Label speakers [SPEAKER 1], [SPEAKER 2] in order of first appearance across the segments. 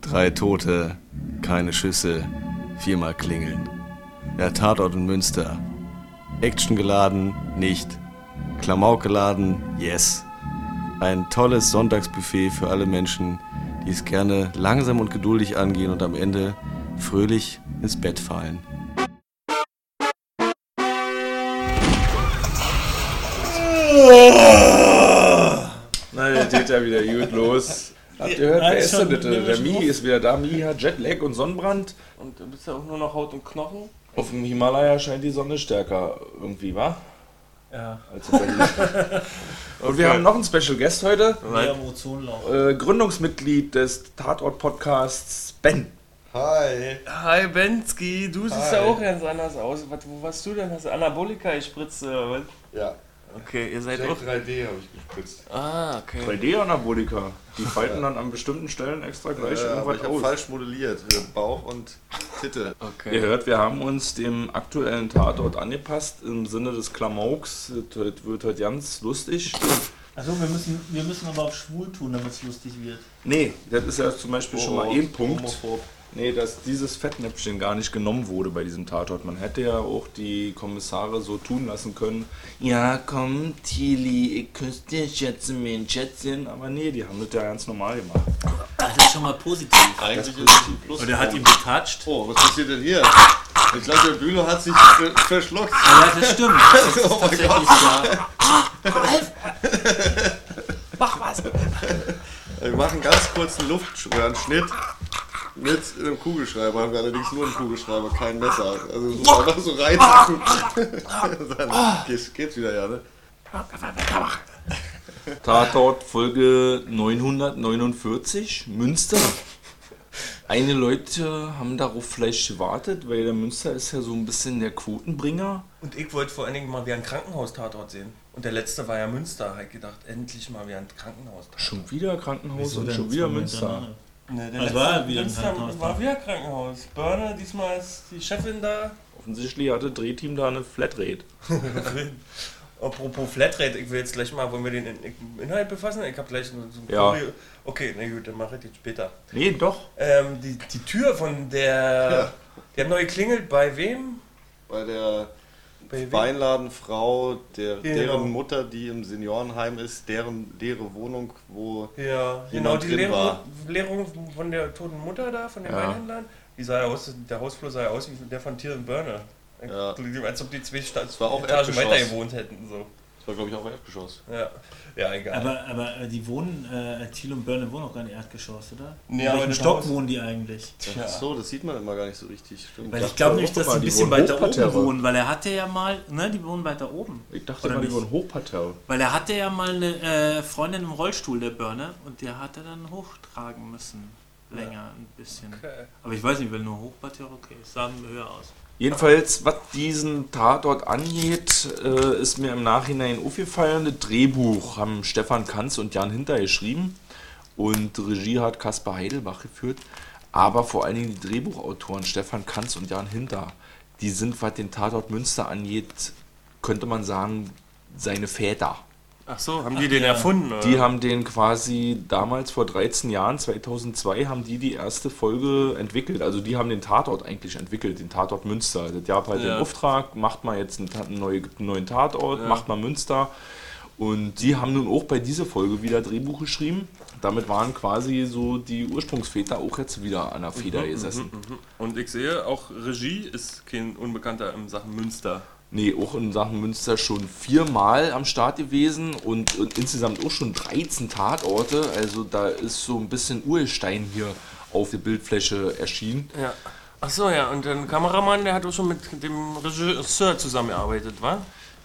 [SPEAKER 1] Drei Tote, keine Schüsse, viermal klingeln. Der Tatort in Münster. Action geladen, nicht. Klamauk geladen, yes. Ein tolles Sonntagsbuffet für alle Menschen, die es gerne langsam und geduldig angehen und am Ende fröhlich ins Bett fallen.
[SPEAKER 2] Nein, der geht ja wieder gut los. Habt ihr gehört,
[SPEAKER 3] Ja,
[SPEAKER 2] wer
[SPEAKER 3] ist
[SPEAKER 2] ist denn
[SPEAKER 3] schon-
[SPEAKER 2] bitte?
[SPEAKER 3] nehme
[SPEAKER 2] Der
[SPEAKER 3] ich
[SPEAKER 2] Mi
[SPEAKER 3] auf.
[SPEAKER 2] ist wieder da. Mi hat Jetlag und Sonnenbrand.
[SPEAKER 4] Und du bist ja auch nur noch Haut und Knochen.
[SPEAKER 2] Auf dem Himalaya scheint die Sonne stärker irgendwie, wa?
[SPEAKER 3] Ja,
[SPEAKER 2] Als in Berlin. und wir haben noch einen Special Guest heute.
[SPEAKER 3] mehr Emotionen laufen.
[SPEAKER 2] Äh, Gründungsmitglied des Tatort-Podcasts Ben.
[SPEAKER 5] Hi.
[SPEAKER 4] Hi Benski, du siehst
[SPEAKER 5] Hi.
[SPEAKER 4] ja auch ganz anders aus. Was, wo warst du denn? Hast du Anabolika-Spritze oder was?
[SPEAKER 5] Ja,
[SPEAKER 4] Okay, ihr seid
[SPEAKER 5] Jack
[SPEAKER 4] auch...
[SPEAKER 5] 3D habe ich gespritzt.
[SPEAKER 4] Ah, okay.
[SPEAKER 2] 3D-Anabolika. Die falten dann an bestimmten Stellen extra gleich
[SPEAKER 5] Äh, aber
[SPEAKER 2] irgendwas
[SPEAKER 5] ich habe
[SPEAKER 2] aus.
[SPEAKER 5] falsch modelliert. äh, Bauch und Titte.
[SPEAKER 2] Ihr
[SPEAKER 4] okay.
[SPEAKER 2] hört, wir haben uns dem aktuellen Tatort angepasst im Sinne des Klamauks. Das wird- wird heute ganz lustig.
[SPEAKER 3] Also wir müssen, wir müssen aber auch schwul tun, damit es lustig wird.
[SPEAKER 2] Nee, das ist ja zum Beispiel schon mal
[SPEAKER 5] Oh,
[SPEAKER 2] ein Punkt.
[SPEAKER 5] homophob.
[SPEAKER 2] Nee, dass dieses Fettnäpfchen gar nicht genommen wurde bei diesem Tatort. Man hätte ja auch die Kommissare so tun lassen können. Ja, komm, Tilly, ich küsse dich jetzt in mein Schätzchen. Aber nee, die haben das ja ganz normal gemacht.
[SPEAKER 3] Das ist schon mal positiv.
[SPEAKER 5] Eigentlich ist es ein Plus.
[SPEAKER 3] Und er hat ihn betatscht.
[SPEAKER 5] Oh, was passiert denn hier? Ich glaube, der Bülow hat sich ver- verschluckt.
[SPEAKER 3] Ja, das stimmt. Das ist
[SPEAKER 5] Oh mein
[SPEAKER 3] tatsächlich wahr.
[SPEAKER 4] Mach was!
[SPEAKER 5] Wir machen ganz kurz einen Luftschnitt mit einem Kugelschreiber. Haben wir allerdings nur einen Kugelschreiber, kein Messer. Also es muss einfach so reinhacken. Ah. Dann geht's, geht's wieder, ja, ne?
[SPEAKER 2] Tatort Folge 949, Münster. Einige Leute haben darauf vielleicht gewartet, weil der Münster ist ja so ein bisschen der Quotenbringer.
[SPEAKER 4] Und ich wollte vor allen Dingen mal wieder einen Krankenhaustatort sehen. Und der letzte war ja Münster. Hab ich gedacht, endlich mal wieder ein Krankenhaustatort.
[SPEAKER 2] Schon wieder Krankenhaus und
[SPEAKER 3] denn
[SPEAKER 2] schon wieder
[SPEAKER 3] zwei
[SPEAKER 2] Münster.
[SPEAKER 3] miteinander?
[SPEAKER 4] Ne, der
[SPEAKER 3] Also
[SPEAKER 4] letzte
[SPEAKER 3] war ja wieder ein
[SPEAKER 4] Münster
[SPEAKER 3] Krankenhaus
[SPEAKER 4] War
[SPEAKER 3] da.
[SPEAKER 4] wieder Krankenhaus. Börne, diesmal ist die Chefin da.
[SPEAKER 2] Offensichtlich hatte Drehteam da eine Flatrate.
[SPEAKER 4] Apropos Flatrate, ich will jetzt gleich mal, wollen wir den In- In- Inhalt befassen? Ich habe gleich nur so ein
[SPEAKER 2] Ja.
[SPEAKER 4] Kurio- Okay, na gut, dann mache ich jetzt später.
[SPEAKER 2] Nee, doch.
[SPEAKER 4] Ähm, die, die Tür von der.
[SPEAKER 5] Ja.
[SPEAKER 4] Die hat neu geklingelt, bei wem?
[SPEAKER 5] Bei der
[SPEAKER 4] Bei wem?
[SPEAKER 5] Weinladenfrau, der,
[SPEAKER 4] Genau.
[SPEAKER 5] deren Mutter, die im Seniorenheim ist, deren leere Wohnung, wo
[SPEAKER 4] Ja,
[SPEAKER 5] Jemand
[SPEAKER 4] genau, die
[SPEAKER 5] drin
[SPEAKER 4] Lehrung,
[SPEAKER 5] war.
[SPEAKER 4] Lehrung von der toten Mutter da, von den
[SPEAKER 2] Ja.
[SPEAKER 4] Weinhändlern. Die sah ja aus, der Hausflur sah ja aus wie der von Tier und Burner.
[SPEAKER 5] Ja.
[SPEAKER 4] Als ob die zwei Sta
[SPEAKER 5] war auch
[SPEAKER 4] Etagen
[SPEAKER 5] Erdgeschoss.
[SPEAKER 4] weiter gewohnt hätten. So.
[SPEAKER 5] Das war, glaube ich, auch Erdgeschoss.
[SPEAKER 4] Ja. ja, egal.
[SPEAKER 3] Aber, aber äh, die wohnen, äh, Thiel und Börne wohnen auch gar nicht Erdgeschoss, oder?
[SPEAKER 4] Nee,
[SPEAKER 3] In
[SPEAKER 4] aber
[SPEAKER 3] welchem
[SPEAKER 4] das
[SPEAKER 3] Stock
[SPEAKER 4] Haus-
[SPEAKER 3] wohnen die eigentlich?
[SPEAKER 4] Tja.
[SPEAKER 5] Ach so, das sieht man immer gar nicht so richtig. Stimmt.
[SPEAKER 3] Weil ich
[SPEAKER 2] dachte
[SPEAKER 3] glaube nicht, dass
[SPEAKER 2] auch
[SPEAKER 3] die
[SPEAKER 2] immer,
[SPEAKER 3] ein
[SPEAKER 2] die
[SPEAKER 3] bisschen
[SPEAKER 2] wohnen
[SPEAKER 3] weiter oben
[SPEAKER 2] Hochparterre.
[SPEAKER 3] wohnen, weil er hatte ja mal, ne, die wohnen weiter oben.
[SPEAKER 2] Ich dachte
[SPEAKER 3] Oder
[SPEAKER 2] mal, die
[SPEAKER 3] nicht?
[SPEAKER 2] waren Hochparterre.
[SPEAKER 3] Weil er hatte ja mal eine äh, Freundin im Rollstuhl, der Börne, und der hat er dann hochtragen müssen. Länger ein bisschen.
[SPEAKER 4] Okay.
[SPEAKER 3] Aber ich weiß nicht, wenn nur Hochparterre, okay, es sah höher aus.
[SPEAKER 2] Jedenfalls, was diesen Tatort angeht, äh, ist mir im Nachhinein aufgefallen. Das Drehbuch haben Stefan Kanz und Jan Hinter geschrieben und Regie hat Kaspar Heidelbach geführt. Aber vor allen Dingen die Drehbuchautoren Stefan Kanz und Jan Hinter, die sind, was den Tatort Münster angeht, könnte man sagen, seine Väter.
[SPEAKER 4] Ach so, haben die den erfunden? Oder?
[SPEAKER 2] Die haben den quasi damals vor 13 Jahren, 2002, haben die die erste Folge entwickelt. Also die haben den Tatort eigentlich entwickelt, den Tatort Münster. Das gab halt
[SPEAKER 4] Ja.
[SPEAKER 2] den Auftrag, macht mal jetzt einen, Ta- einen neue- einen neuen Tatort, macht mal Münster. Und die haben nun auch bei dieser Folge wieder Drehbuch geschrieben. Damit waren quasi so die Ursprungsväter auch jetzt wieder an der Feder gesessen.
[SPEAKER 4] Und ich sehe, auch Regie ist kein Unbekannter in Sachen Münster.
[SPEAKER 2] Nee, auch in Sachen Münster schon viermal am Start gewesen und, und insgesamt auch schon 13 Tatorte. Also da ist so ein bisschen Urstein hier auf der Bildfläche erschienen.
[SPEAKER 4] Ja. Ach so, ja, und ein Kameramann, der hat auch schon mit dem Regisseur zusammengearbeitet, wa?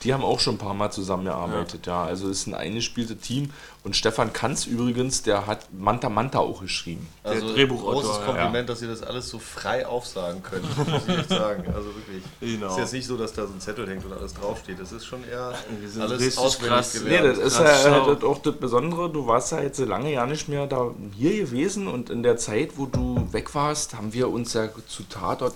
[SPEAKER 2] Die haben auch schon ein paar Mal zusammengearbeitet, ja. Also ist ein eingespielte Team. Und Stefan Kanz übrigens, der hat Manta Manta auch geschrieben.
[SPEAKER 5] Also
[SPEAKER 4] Drehbuchautor,
[SPEAKER 5] großes
[SPEAKER 4] ja.
[SPEAKER 5] Kompliment, dass ihr das alles so frei aufsagen könnt, muss ich echt sagen. Also wirklich.
[SPEAKER 4] Genau.
[SPEAKER 5] Ist jetzt nicht so, dass da so ein Zettel hängt und alles draufsteht. Das ist schon eher
[SPEAKER 4] sind
[SPEAKER 5] alles
[SPEAKER 4] richtig
[SPEAKER 5] auswendig
[SPEAKER 4] krass.
[SPEAKER 2] Nee,
[SPEAKER 5] gelernt.
[SPEAKER 2] das ist ja
[SPEAKER 4] krass schlau.
[SPEAKER 2] halt auch das Besondere. Du warst ja jetzt so lange ja nicht mehr da hier gewesen und in der Zeit, wo du weg warst, haben wir uns ja zu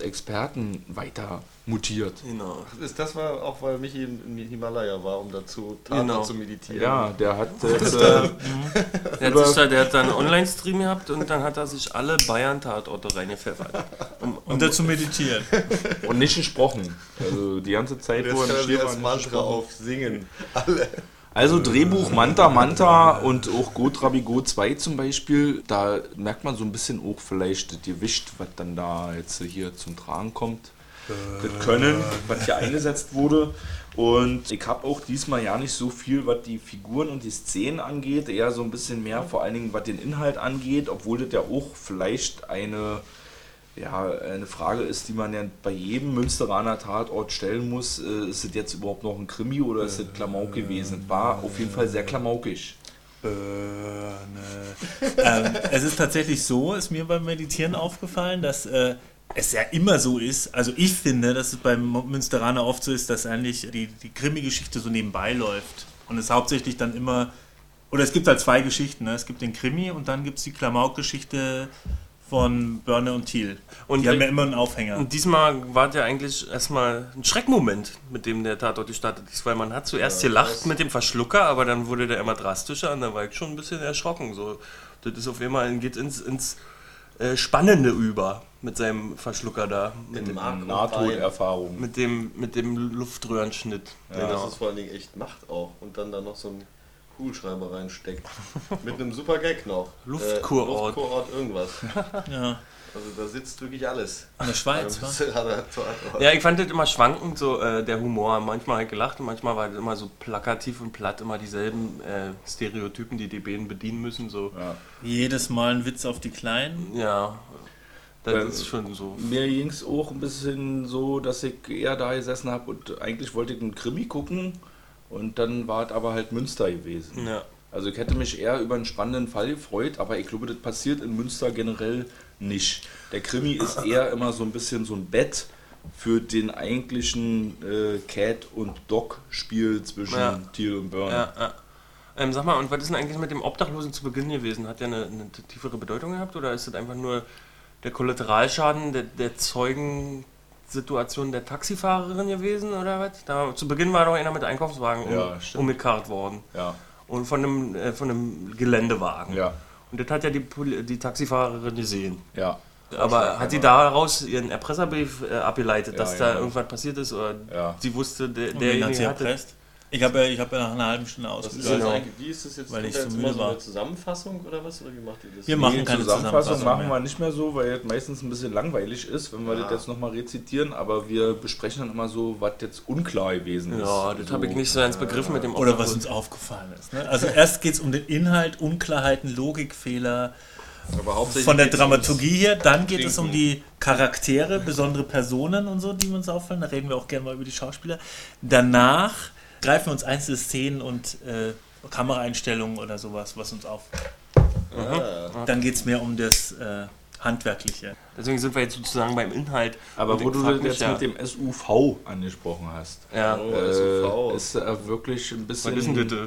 [SPEAKER 2] Tatort-Experten weiter mutiert.
[SPEAKER 4] Genau.
[SPEAKER 5] Ist das war auch, weil Michi im im Himalaya war, um dazu Tata
[SPEAKER 4] Genau.
[SPEAKER 5] zu meditieren.
[SPEAKER 2] Ja, der hat jetzt, äh,
[SPEAKER 4] ja. Der, hat sich da, der hat dann einen Online-Stream gehabt und dann hat er sich alle Bayern-Tatorte reingepfeffert. Um, um,
[SPEAKER 6] Und dazu meditieren.
[SPEAKER 2] Und nicht gesprochen. Also die ganze Zeit,
[SPEAKER 5] Jetzt
[SPEAKER 2] wo er
[SPEAKER 5] kann er
[SPEAKER 2] nicht
[SPEAKER 5] sich als
[SPEAKER 2] war, nicht
[SPEAKER 5] Mantra
[SPEAKER 2] gesprochen.
[SPEAKER 5] auf singen. Alle.
[SPEAKER 2] Also Drehbuch Manta Manta und auch Go Trabigo 2 zum Beispiel, da merkt man so ein bisschen auch vielleicht das Gewicht, was dann da jetzt hier zum Tragen kommt. Das Können, was hier eingesetzt wurde. Und ich habe auch diesmal ja nicht so viel, was die Figuren und die Szenen angeht, eher so ein bisschen mehr, vor allen Dingen was den Inhalt angeht, obwohl das ja auch vielleicht eine ja, eine Frage ist, die man ja bei jedem Münsteraner Tatort stellen muss, äh, ist es jetzt überhaupt noch ein Krimi oder ist es Klamauk gewesen? War auf jeden Fall sehr klamaukig.
[SPEAKER 6] Birne. ähm, es ist tatsächlich so, ist mir beim Meditieren aufgefallen, dass äh, es ja immer so ist. Also ich finde, dass es beim Münsteraner oft so ist, dass eigentlich die, die Krimi-Geschichte so nebenbei läuft. Und es hauptsächlich dann immer, oder es gibt halt zwei Geschichten. Ne? Es gibt den Krimi und dann gibt es die Klamauk-Geschichte von Börne und Thiel. Und
[SPEAKER 4] Und
[SPEAKER 6] die haben
[SPEAKER 4] wir-
[SPEAKER 6] ja immer einen Aufhänger.
[SPEAKER 4] Und diesmal war ja eigentlich erstmal ein Schreckmoment, mit dem der Tatort gestartet ist, weil man hat zuerst gelacht mit dem Verschlucker, aber dann wurde der immer drastischer und da war ich schon ein bisschen erschrocken. So, das ist auf einmal geht ins, ins äh, Spannende über mit seinem Verschlucker da, mit dem,
[SPEAKER 2] Ah,
[SPEAKER 5] Mark und
[SPEAKER 2] Nahtoderfahrung.
[SPEAKER 4] mit dem, mit dem Luftröhrenschnitt.
[SPEAKER 5] Ja,
[SPEAKER 4] genau.
[SPEAKER 5] Das ist vor allen Dingen echt Macht auch. Und dann da noch so ein Kugelschreiber reinsteckt. Mit einem super Gag noch.
[SPEAKER 4] Luftkurort.
[SPEAKER 5] Äh, Luftkurort irgendwas.
[SPEAKER 6] Ja,
[SPEAKER 5] Also da sitzt wirklich alles.
[SPEAKER 6] in
[SPEAKER 5] Also,
[SPEAKER 6] der Schweiz. wa?
[SPEAKER 5] Ja,
[SPEAKER 4] Ja, ich fand das immer schwankend, so äh, der Humor. Manchmal halt gelacht und manchmal war das immer so plakativ und platt, immer dieselben äh, Stereotypen, die die Bäden bedienen müssen. So.
[SPEAKER 6] Jedes Mal ein Witz auf die Kleinen.
[SPEAKER 4] Ja, das
[SPEAKER 2] Ähm,
[SPEAKER 4] ist schon so.
[SPEAKER 2] Mir ging es auch ein bisschen so, dass ich eher da gesessen habe und eigentlich wollte ich einen Krimi gucken und dann war es aber halt Münster gewesen.
[SPEAKER 4] Ja.
[SPEAKER 2] Also ich hätte mich eher über einen spannenden Fall gefreut, aber ich glaube, das passiert in Münster generell nicht. Der Krimi ist eher immer so ein bisschen so ein Bett für den eigentlichen äh, Cat- und Dog-Spiel zwischen
[SPEAKER 4] Ja.
[SPEAKER 2] Thiel und Burn.
[SPEAKER 4] Ja, ja. Ähm, sag mal, und was ist denn eigentlich mit dem Obdachlosen zu Beginn gewesen? Hat der eine, eine tiefere Bedeutung gehabt oder ist das einfach nur der Kollateralschaden der, der Zeugensituation der Taxifahrerin gewesen oder was? Da, zu Beginn war doch einer mit Einkaufswagen um,
[SPEAKER 2] Ja, stimmt.
[SPEAKER 4] umgekarrt worden.
[SPEAKER 2] Ja,
[SPEAKER 4] Und von einem, äh, von einem Geländewagen.
[SPEAKER 2] ja,
[SPEAKER 4] Und das hat ja die, Poli- die Taxifahrerin gesehen.
[SPEAKER 2] ja.
[SPEAKER 4] Aber hat sie daraus ihren Erpresserbrief äh, abgeleitet,
[SPEAKER 2] Ja,
[SPEAKER 4] dass
[SPEAKER 2] ja.
[SPEAKER 4] da irgendwas passiert ist? Oder
[SPEAKER 2] Ja.
[SPEAKER 4] sie wusste, der,
[SPEAKER 6] Und wen hat sie
[SPEAKER 4] derjenige hatte. Genau.
[SPEAKER 6] erpresst? Ich habe ich hab ja nach einer halben Stunde
[SPEAKER 5] Das
[SPEAKER 6] ausgesagt.
[SPEAKER 5] ist also eigentlich, wie ist das jetzt?
[SPEAKER 6] Genau. Weil
[SPEAKER 5] Kommt
[SPEAKER 6] ich
[SPEAKER 5] da jetzt
[SPEAKER 6] zu
[SPEAKER 5] immer
[SPEAKER 6] müde
[SPEAKER 5] so eine
[SPEAKER 6] war.
[SPEAKER 5] Zusammenfassung oder was? Oder wie macht ihr das?
[SPEAKER 6] Wir machen
[SPEAKER 2] Nee,
[SPEAKER 6] keine
[SPEAKER 2] Zusammenfassung,
[SPEAKER 6] Zusammenfassung
[SPEAKER 2] machen
[SPEAKER 6] mehr.
[SPEAKER 2] wir nicht mehr so, weil das meistens ein bisschen langweilig ist, wenn wir das jetzt nochmal rezitieren, aber wir besprechen dann immer so, was jetzt unklar gewesen ist.
[SPEAKER 4] Ja, das
[SPEAKER 2] so.
[SPEAKER 4] habe ich nicht so ganz begriffen mit dem
[SPEAKER 6] Oder was
[SPEAKER 4] Obdachlosen.
[SPEAKER 6] uns aufgefallen ist. Ne? Also erst geht es um den Inhalt, Unklarheiten, Logikfehler
[SPEAKER 5] Aber hauptsächlich
[SPEAKER 6] von der
[SPEAKER 5] geht's um
[SPEAKER 6] Dramaturgie her. Dann geht es um
[SPEAKER 5] Trinken.
[SPEAKER 6] die Charaktere, besondere Personen und so, die uns auffallen. Da reden wir auch gerne mal über die Schauspieler. Danach greifen wir uns einzelne Szenen und äh, Kameraeinstellungen oder sowas, was uns auf.
[SPEAKER 5] ums- Ah,
[SPEAKER 6] Dann geht es mehr um das äh, Handwerkliche.
[SPEAKER 4] Deswegen sind wir jetzt sozusagen beim Inhalt.
[SPEAKER 2] Aber
[SPEAKER 4] Und
[SPEAKER 2] wo
[SPEAKER 4] ich
[SPEAKER 2] du
[SPEAKER 4] frag
[SPEAKER 2] das
[SPEAKER 4] mich
[SPEAKER 2] jetzt
[SPEAKER 4] ja,
[SPEAKER 2] mit dem SUV angesprochen hast,
[SPEAKER 4] Ja,
[SPEAKER 5] Oh,
[SPEAKER 2] äh,
[SPEAKER 5] SUV.
[SPEAKER 2] ist äh, wirklich ein bisschen
[SPEAKER 4] was ist denn das?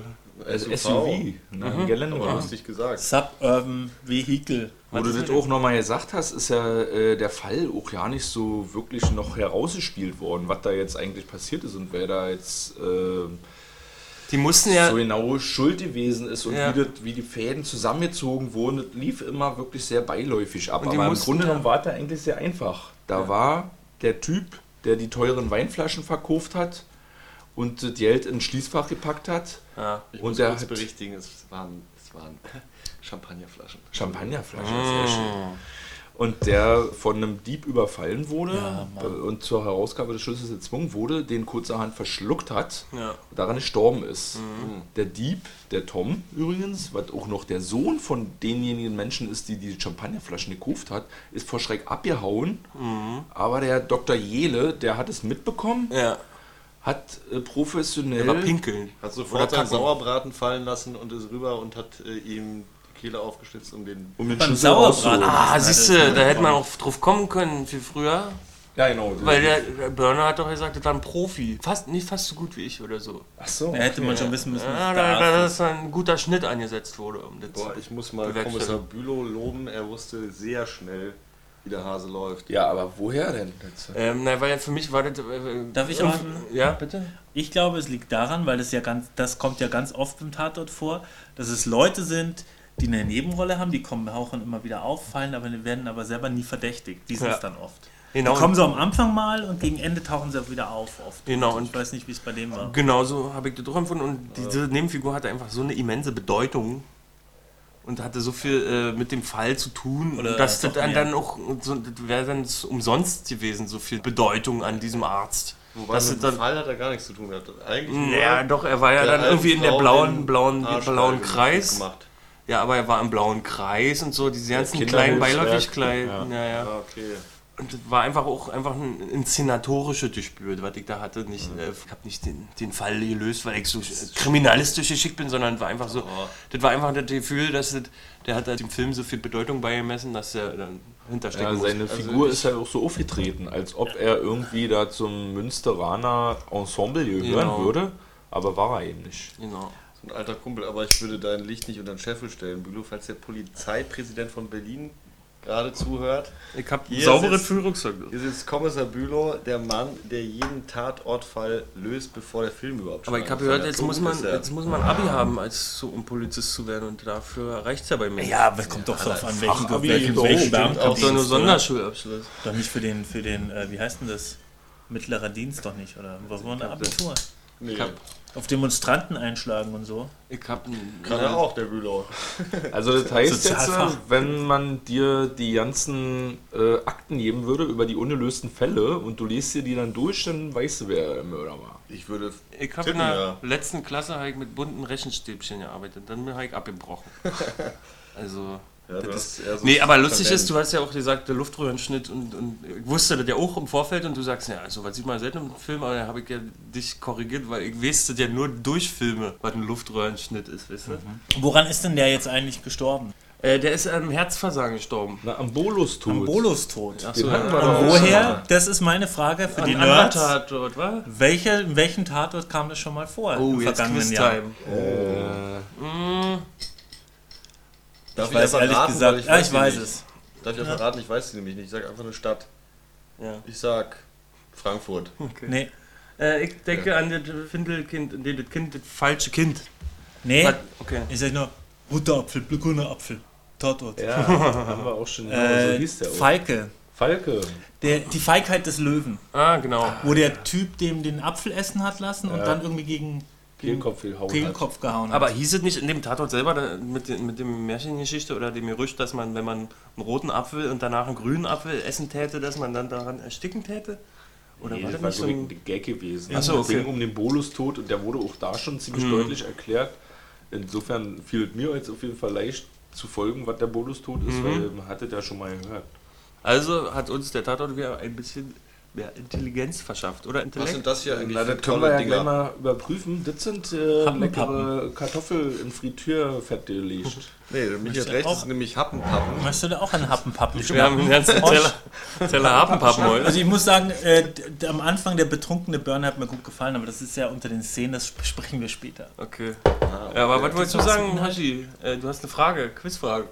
[SPEAKER 4] äh?
[SPEAKER 2] Also
[SPEAKER 5] SUV.
[SPEAKER 2] SUV, ne? ein
[SPEAKER 5] Aber
[SPEAKER 2] Geländewagen.
[SPEAKER 5] lustig gesagt.
[SPEAKER 6] Suburban Vehicle.
[SPEAKER 2] Wo du
[SPEAKER 4] Was ist
[SPEAKER 2] das
[SPEAKER 4] mit
[SPEAKER 2] auch nochmal gesagt hast, ist ja äh, der Fall auch ja nicht so wirklich noch herausgespielt worden, was da jetzt eigentlich passiert ist und wer da jetzt äh,
[SPEAKER 4] Die mussten ja.
[SPEAKER 2] so genau schuld gewesen ist und
[SPEAKER 4] Ja.
[SPEAKER 2] wie, das, wie die Fäden zusammengezogen wurden, das lief immer wirklich sehr beiläufig ab.
[SPEAKER 4] Und die
[SPEAKER 2] Aber im
[SPEAKER 4] mussten
[SPEAKER 2] Grunde
[SPEAKER 4] ja-
[SPEAKER 2] genommen war es da eigentlich sehr einfach. Da war der Typ, der die teuren Weinflaschen verkauft hat und das Geld in ein Schließfach gepackt hat.
[SPEAKER 4] ja.
[SPEAKER 5] Ich
[SPEAKER 2] Und
[SPEAKER 5] muss
[SPEAKER 2] der
[SPEAKER 5] kurz
[SPEAKER 2] hat-
[SPEAKER 5] berichtigen, es waren, es waren Champagnerflaschen.
[SPEAKER 2] Champagnerflasche,
[SPEAKER 4] Ah.
[SPEAKER 2] sehr schön. Und der von einem Dieb überfallen wurde äh, und zur Herausgabe des Schlüssels gezwungen wurde, den kurzerhand verschluckt hat
[SPEAKER 4] Ja. Mhm.
[SPEAKER 2] und daran gestorben ist.
[SPEAKER 5] Mhm.
[SPEAKER 2] Der Dieb, der Tom übrigens, was auch noch der Sohn von denjenigen Menschen ist, die die Champagnerflaschen gekauft hat, ist vor Schreck abgehauen.
[SPEAKER 4] Mhm.
[SPEAKER 2] Aber der Dr. Jele, der hat es mitbekommen,
[SPEAKER 4] ja.
[SPEAKER 2] hat äh, professionell...
[SPEAKER 4] Der war pinkeln.
[SPEAKER 5] Hat
[SPEAKER 4] Oder
[SPEAKER 5] sofort seinen
[SPEAKER 4] Kacken.
[SPEAKER 5] Sauerbraten fallen lassen und ist rüber und hat äh, ihm die Kehle aufgeschlitzt, um den.
[SPEAKER 2] um den
[SPEAKER 6] Beim
[SPEAKER 2] Schlüssel
[SPEAKER 6] Sauerbraten.
[SPEAKER 2] rauszuholen.
[SPEAKER 4] Ah, siehst du, da hätte man auch drauf kommen können viel früher.
[SPEAKER 2] Ja, genau.
[SPEAKER 4] Ah. Weil der, der Burner hat doch gesagt, das war ein Profi. Fast, nicht fast so gut wie ich oder so.
[SPEAKER 2] Ach so.
[SPEAKER 6] Da hätte man schon wissen müssen.
[SPEAKER 4] Ja, Ah,
[SPEAKER 6] dass
[SPEAKER 4] da,
[SPEAKER 6] da
[SPEAKER 4] da, dass da ein guter Schnitt angesetzt wurde. Um das
[SPEAKER 5] Boah, ich muss mal
[SPEAKER 4] Bewerkstelligen.
[SPEAKER 5] Kommissar Bülow loben, er wusste sehr schnell,
[SPEAKER 1] wie der Hase läuft.
[SPEAKER 2] Ja, aber woher denn? Jetzt?
[SPEAKER 4] Ähm, na, weil für mich war das. Äh,
[SPEAKER 6] Darf ich
[SPEAKER 4] irgendwie-
[SPEAKER 6] raten?
[SPEAKER 4] Ja, bitte?
[SPEAKER 6] Ich glaube, es liegt daran, weil das ja ganz, das kommt ja ganz oft im Tatort vor, dass es Leute sind, die eine Nebenrolle haben, die kommen auch und immer wieder auf, fallen, aber werden aber selber nie verdächtigt. Die sind
[SPEAKER 4] Ja.
[SPEAKER 6] es dann oft.
[SPEAKER 4] Genau.
[SPEAKER 6] Die kommen so am Anfang mal und gegen Ende tauchen sie auch wieder auf oft.
[SPEAKER 4] Genau,
[SPEAKER 6] Und
[SPEAKER 4] und
[SPEAKER 6] ich weiß nicht, wie es bei dem war.
[SPEAKER 4] Genauso genau habe ich das auch empfunden und diese Nebenfigur hatte einfach so eine immense Bedeutung und hatte so viel äh, mit dem Fall zu tun,
[SPEAKER 6] Oder
[SPEAKER 4] dass
[SPEAKER 6] doch
[SPEAKER 4] das dann,
[SPEAKER 6] mehr.
[SPEAKER 4] dann auch so, das wäre dann umsonst gewesen, so viel Bedeutung an diesem Arzt.
[SPEAKER 5] Wobei
[SPEAKER 4] dass
[SPEAKER 5] das mit
[SPEAKER 4] das
[SPEAKER 5] dem Fall hat er gar nichts zu tun gehabt. Eigentlich nur
[SPEAKER 4] Ja, doch, er war ja
[SPEAKER 5] der
[SPEAKER 4] dann
[SPEAKER 5] alten
[SPEAKER 4] irgendwie in der
[SPEAKER 5] Frau
[SPEAKER 4] blauen,
[SPEAKER 5] den
[SPEAKER 4] blauen,
[SPEAKER 5] Arschgeige
[SPEAKER 4] blauen Kreis.
[SPEAKER 5] Gemacht.
[SPEAKER 4] Ja, aber er war im blauen Kreis und so, diese ganzen
[SPEAKER 2] Kinderhilfswerk.
[SPEAKER 4] kleinen Beiläufigkeiten. Ja. Ja,
[SPEAKER 5] Ah, okay.
[SPEAKER 4] Und das war einfach auch einfach ein inszenatorisches Gespür, was ich da hatte. Nicht, äh, ich habe nicht den, den Fall gelöst, weil ich so kriminalistisch geschickt bin, sondern war einfach so. Das war einfach das Gefühl, dass das, der hat halt dem Film so viel Bedeutung beigemessen, dass er dann hinterstecken
[SPEAKER 2] Ja,
[SPEAKER 4] muss.
[SPEAKER 2] seine Figur ist ja auch so aufgetreten, als ob er irgendwie da zum Münsteraner Ensemble gehören
[SPEAKER 4] Genau.
[SPEAKER 2] würde, aber war er eben nicht.
[SPEAKER 4] Genau.
[SPEAKER 5] So ein alter Kumpel, aber ich würde dein Licht nicht unter den Scheffel stellen, Bülow, falls der Polizeipräsident von Berlin gerade zuhört.
[SPEAKER 4] Ich habe
[SPEAKER 5] Hier sitzt-
[SPEAKER 4] Führungszeug.
[SPEAKER 5] Hier sitzt Kommissar Bülow, der Mann, der jeden Tatortfall löst, bevor der Film überhaupt
[SPEAKER 4] Aber ich habe
[SPEAKER 5] startet.
[SPEAKER 4] gehört,
[SPEAKER 5] Sein
[SPEAKER 4] jetzt
[SPEAKER 5] Beruf
[SPEAKER 4] muss, man,
[SPEAKER 5] ist er.
[SPEAKER 4] jetzt muss man Abi haben, als so, um Polizist zu werden und dafür reicht es ja bei mir.
[SPEAKER 6] Ja, aber es kommt doch drauf an, welchen,
[SPEAKER 2] Fachabi
[SPEAKER 6] welchen,
[SPEAKER 2] doch,
[SPEAKER 6] welchen
[SPEAKER 2] stimmt,
[SPEAKER 4] Ich hab
[SPEAKER 6] Beamtendienst.
[SPEAKER 4] doch nur
[SPEAKER 6] oder?
[SPEAKER 4] Sonderschulabschluss.
[SPEAKER 6] Doch nicht für den, für den, äh, wie heißt denn das? Mittlerer Dienst doch nicht, oder? Was war ein Abitur?
[SPEAKER 5] Nee,
[SPEAKER 4] Ich hab,
[SPEAKER 6] Auf Demonstranten einschlagen und so.
[SPEAKER 4] ich hab einen,
[SPEAKER 5] kann er auch, der Bülow.
[SPEAKER 2] Also das heißt jetzt,
[SPEAKER 6] Sozialfach.
[SPEAKER 2] äh, wenn man dir die ganzen äh, Akten geben würde über die ungelösten Fälle und du liest dir die dann durch, dann weißt du, wer der Mörder war.
[SPEAKER 5] Ich würde.
[SPEAKER 4] Ich habe in
[SPEAKER 5] Tippen,
[SPEAKER 4] der
[SPEAKER 5] ja.
[SPEAKER 4] letzten Klasse hab ich mit bunten Rechenstäbchen gearbeitet, dann bin ich abgebrochen. Also.
[SPEAKER 5] Ja, du
[SPEAKER 4] das
[SPEAKER 5] hast eher
[SPEAKER 4] ist,
[SPEAKER 5] so
[SPEAKER 4] nee, aber lustig
[SPEAKER 5] Talent.
[SPEAKER 4] ist, du hast ja auch gesagt, der Luftröhrenschnitt und, und ich wusste das ja auch im Vorfeld und du sagst, ja, also was sieht man selten im Film, aber da habe ich ja dich korrigiert, weil ich wüsste ja nur durch Filme, was ein Luftröhrenschnitt ist, weißt du?
[SPEAKER 6] Woran ist denn der jetzt eigentlich gestorben?
[SPEAKER 4] Äh, der ist am Herzversagen gestorben.
[SPEAKER 2] Na, am Bolus tut.
[SPEAKER 6] Am Bolus-Tod.
[SPEAKER 4] Achso,
[SPEAKER 2] hatten wir
[SPEAKER 6] Und
[SPEAKER 2] doch.
[SPEAKER 6] woher? Das ist meine Frage für die
[SPEAKER 4] ein
[SPEAKER 6] Nerds.
[SPEAKER 4] Nerds. dort, wa?
[SPEAKER 6] Welche, in welchem Tatort kam das schon mal vor
[SPEAKER 4] Oh,
[SPEAKER 6] im
[SPEAKER 4] jetzt
[SPEAKER 6] vergangenen Jahr?
[SPEAKER 4] Quiz-Time.
[SPEAKER 5] Darf
[SPEAKER 6] Ich weiß
[SPEAKER 5] das
[SPEAKER 6] ehrlich
[SPEAKER 5] verraten,
[SPEAKER 6] gesagt,
[SPEAKER 5] weil
[SPEAKER 6] ja, ich
[SPEAKER 5] sie
[SPEAKER 6] weiß
[SPEAKER 5] nicht.
[SPEAKER 6] es.
[SPEAKER 5] Darf ich das verraten? Ich weiß sie nämlich nicht. Ich sag einfach eine Stadt.
[SPEAKER 4] Ja.
[SPEAKER 5] Ich sag Frankfurt.
[SPEAKER 6] Nee,
[SPEAKER 4] Äh, ich denke an das Findelkind, nee, das Kind, das falsche Kind.
[SPEAKER 6] nee.
[SPEAKER 4] Was- Okay.
[SPEAKER 6] ich sag nur, roter Apfel, blöckerner Apfel, Tatort.
[SPEAKER 2] Ja, haben wir auch schon.
[SPEAKER 6] äh,
[SPEAKER 2] so hieß der auch.
[SPEAKER 6] Falke,
[SPEAKER 2] Falke.
[SPEAKER 6] der, die Feigheit des Löwen,
[SPEAKER 4] Ah, genau.
[SPEAKER 6] wo der Typ dem den Apfel essen hat lassen und
[SPEAKER 2] Ja.
[SPEAKER 6] dann irgendwie gegen
[SPEAKER 2] Kehlkopf gehauen hat.
[SPEAKER 6] Kehlkopf gehauen hat.
[SPEAKER 4] Aber hieß es nicht in dem Tatort selber da, mit, den- mit dem Märchengeschichte oder dem Gerücht, dass man, wenn man einen roten Apfel und danach einen grünen Apfel essen täte, dass man dann daran ersticken täte? Oder
[SPEAKER 2] Nee,
[SPEAKER 4] war
[SPEAKER 2] das
[SPEAKER 4] das
[SPEAKER 2] war
[SPEAKER 4] nicht so
[SPEAKER 2] so ein
[SPEAKER 4] ein...
[SPEAKER 2] Gag gewesen.
[SPEAKER 4] Ach so,
[SPEAKER 2] Es ging
[SPEAKER 4] okay.
[SPEAKER 2] um den Bolus-Tod und der wurde auch da schon ziemlich deutlich erklärt. Insofern fiel es mir jetzt auf jeden Fall leicht zu folgen, was der Bolus-Tod ist, weil man hatte ja schon mal gehört.
[SPEAKER 4] Also hat uns der Tatort wieder ein bisschen mehr Intelligenz verschafft, oder?
[SPEAKER 5] Was
[SPEAKER 4] Intellekt?
[SPEAKER 5] sind das hier eigentlich
[SPEAKER 2] Na,
[SPEAKER 5] für
[SPEAKER 2] das können wir ja
[SPEAKER 5] tolle
[SPEAKER 2] gleich
[SPEAKER 5] Dinger?
[SPEAKER 2] mal überprüfen. Das sind äh, leckere
[SPEAKER 6] Happenpappen.
[SPEAKER 2] Kartoffeln in Fritürfett gelegt.
[SPEAKER 5] Nee, mich hat
[SPEAKER 6] du
[SPEAKER 5] recht,
[SPEAKER 6] auch-
[SPEAKER 5] das sind nämlich Happenpappen.
[SPEAKER 6] Möchtest du da auch einen Happenpappen Oh,
[SPEAKER 4] Wir haben einen ganzen Teller, Teller Happenpappen heute.
[SPEAKER 6] Also ich muss sagen, äh, d- d- am Anfang der betrunkene Burn hat mir gut gefallen, aber das ist ja unter den Szenen, das sp- sprechen wir später.
[SPEAKER 4] Ah, Okay. Ja, aber was wolltest du sagen, Hashi? Äh, du hast eine Frage, Quizfrage.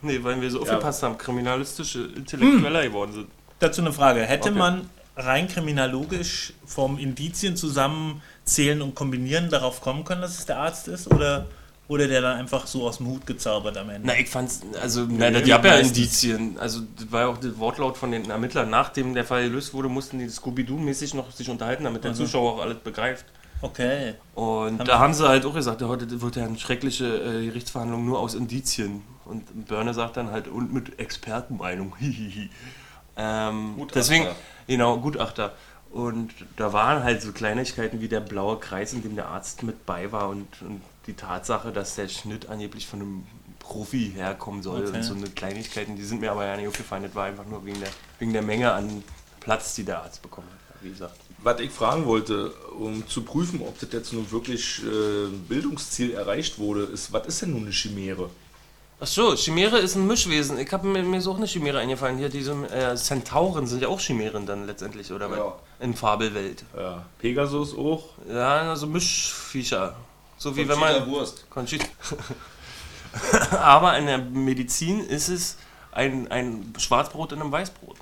[SPEAKER 4] Nee, weil wir so aufgepasst haben, kriminalistische Intellektueller geworden sind.
[SPEAKER 6] Dazu eine Frage. Hätte
[SPEAKER 4] Okay.
[SPEAKER 6] man rein kriminologisch vom Indizien zusammenzählen und kombinieren darauf kommen können, dass es der Arzt ist? Oder wurde der dann einfach so aus dem Hut gezaubert am Ende?
[SPEAKER 4] Na, ich fand's, also, na, das gab ja Indizien. Also, das war ja auch das Wortlaut von den Ermittlern. Nachdem der Fall gelöst wurde, mussten die Scooby-Doo-mäßig noch sich unterhalten, damit der Zuschauer auch alles begreift.
[SPEAKER 6] Okay.
[SPEAKER 4] Und
[SPEAKER 6] Haben
[SPEAKER 4] da
[SPEAKER 6] sie-
[SPEAKER 4] haben sie halt auch gesagt, ja, heute wird ja eine schreckliche äh, Gerichtsverhandlung nur aus Indizien. Und Börner sagt dann halt, und mit Expertenmeinung, hihihi. Ähm,
[SPEAKER 5] Gutachter.
[SPEAKER 4] deswegen, genau, Gutachter. Und da waren halt so Kleinigkeiten wie der blaue Kreis, in dem der Arzt mit bei war und, und die Tatsache, dass der Schnitt angeblich von einem Profi herkommen soll
[SPEAKER 6] Okay.
[SPEAKER 4] und so eine Kleinigkeiten, die sind mir aber ja nicht aufgefallen. Das war einfach nur wegen der, wegen der Menge an Platz, die der Arzt bekommen hat, wie gesagt.
[SPEAKER 2] Was ich fragen wollte, um zu prüfen, ob das jetzt nun wirklich äh, Bildungsziel erreicht wurde, ist, was ist denn nun eine Chimäre?
[SPEAKER 4] Ach so, Chimäre ist ein Mischwesen. Ich habe mir, mir ist auch eine Chimäre eingefallen. Hier diese äh, Centauren sind ja auch Chimären dann letztendlich, oder?
[SPEAKER 2] Ja.
[SPEAKER 4] was? In Fabelwelt.
[SPEAKER 2] Ja, Pegasus auch.
[SPEAKER 4] Ja, also Mischviecher. So wie wenn
[SPEAKER 5] Conchita
[SPEAKER 4] man.
[SPEAKER 5] Wurst.
[SPEAKER 4] Conchita. Aber in der Medizin ist es ein, ein Schwarzbrot in einem Weißbrot.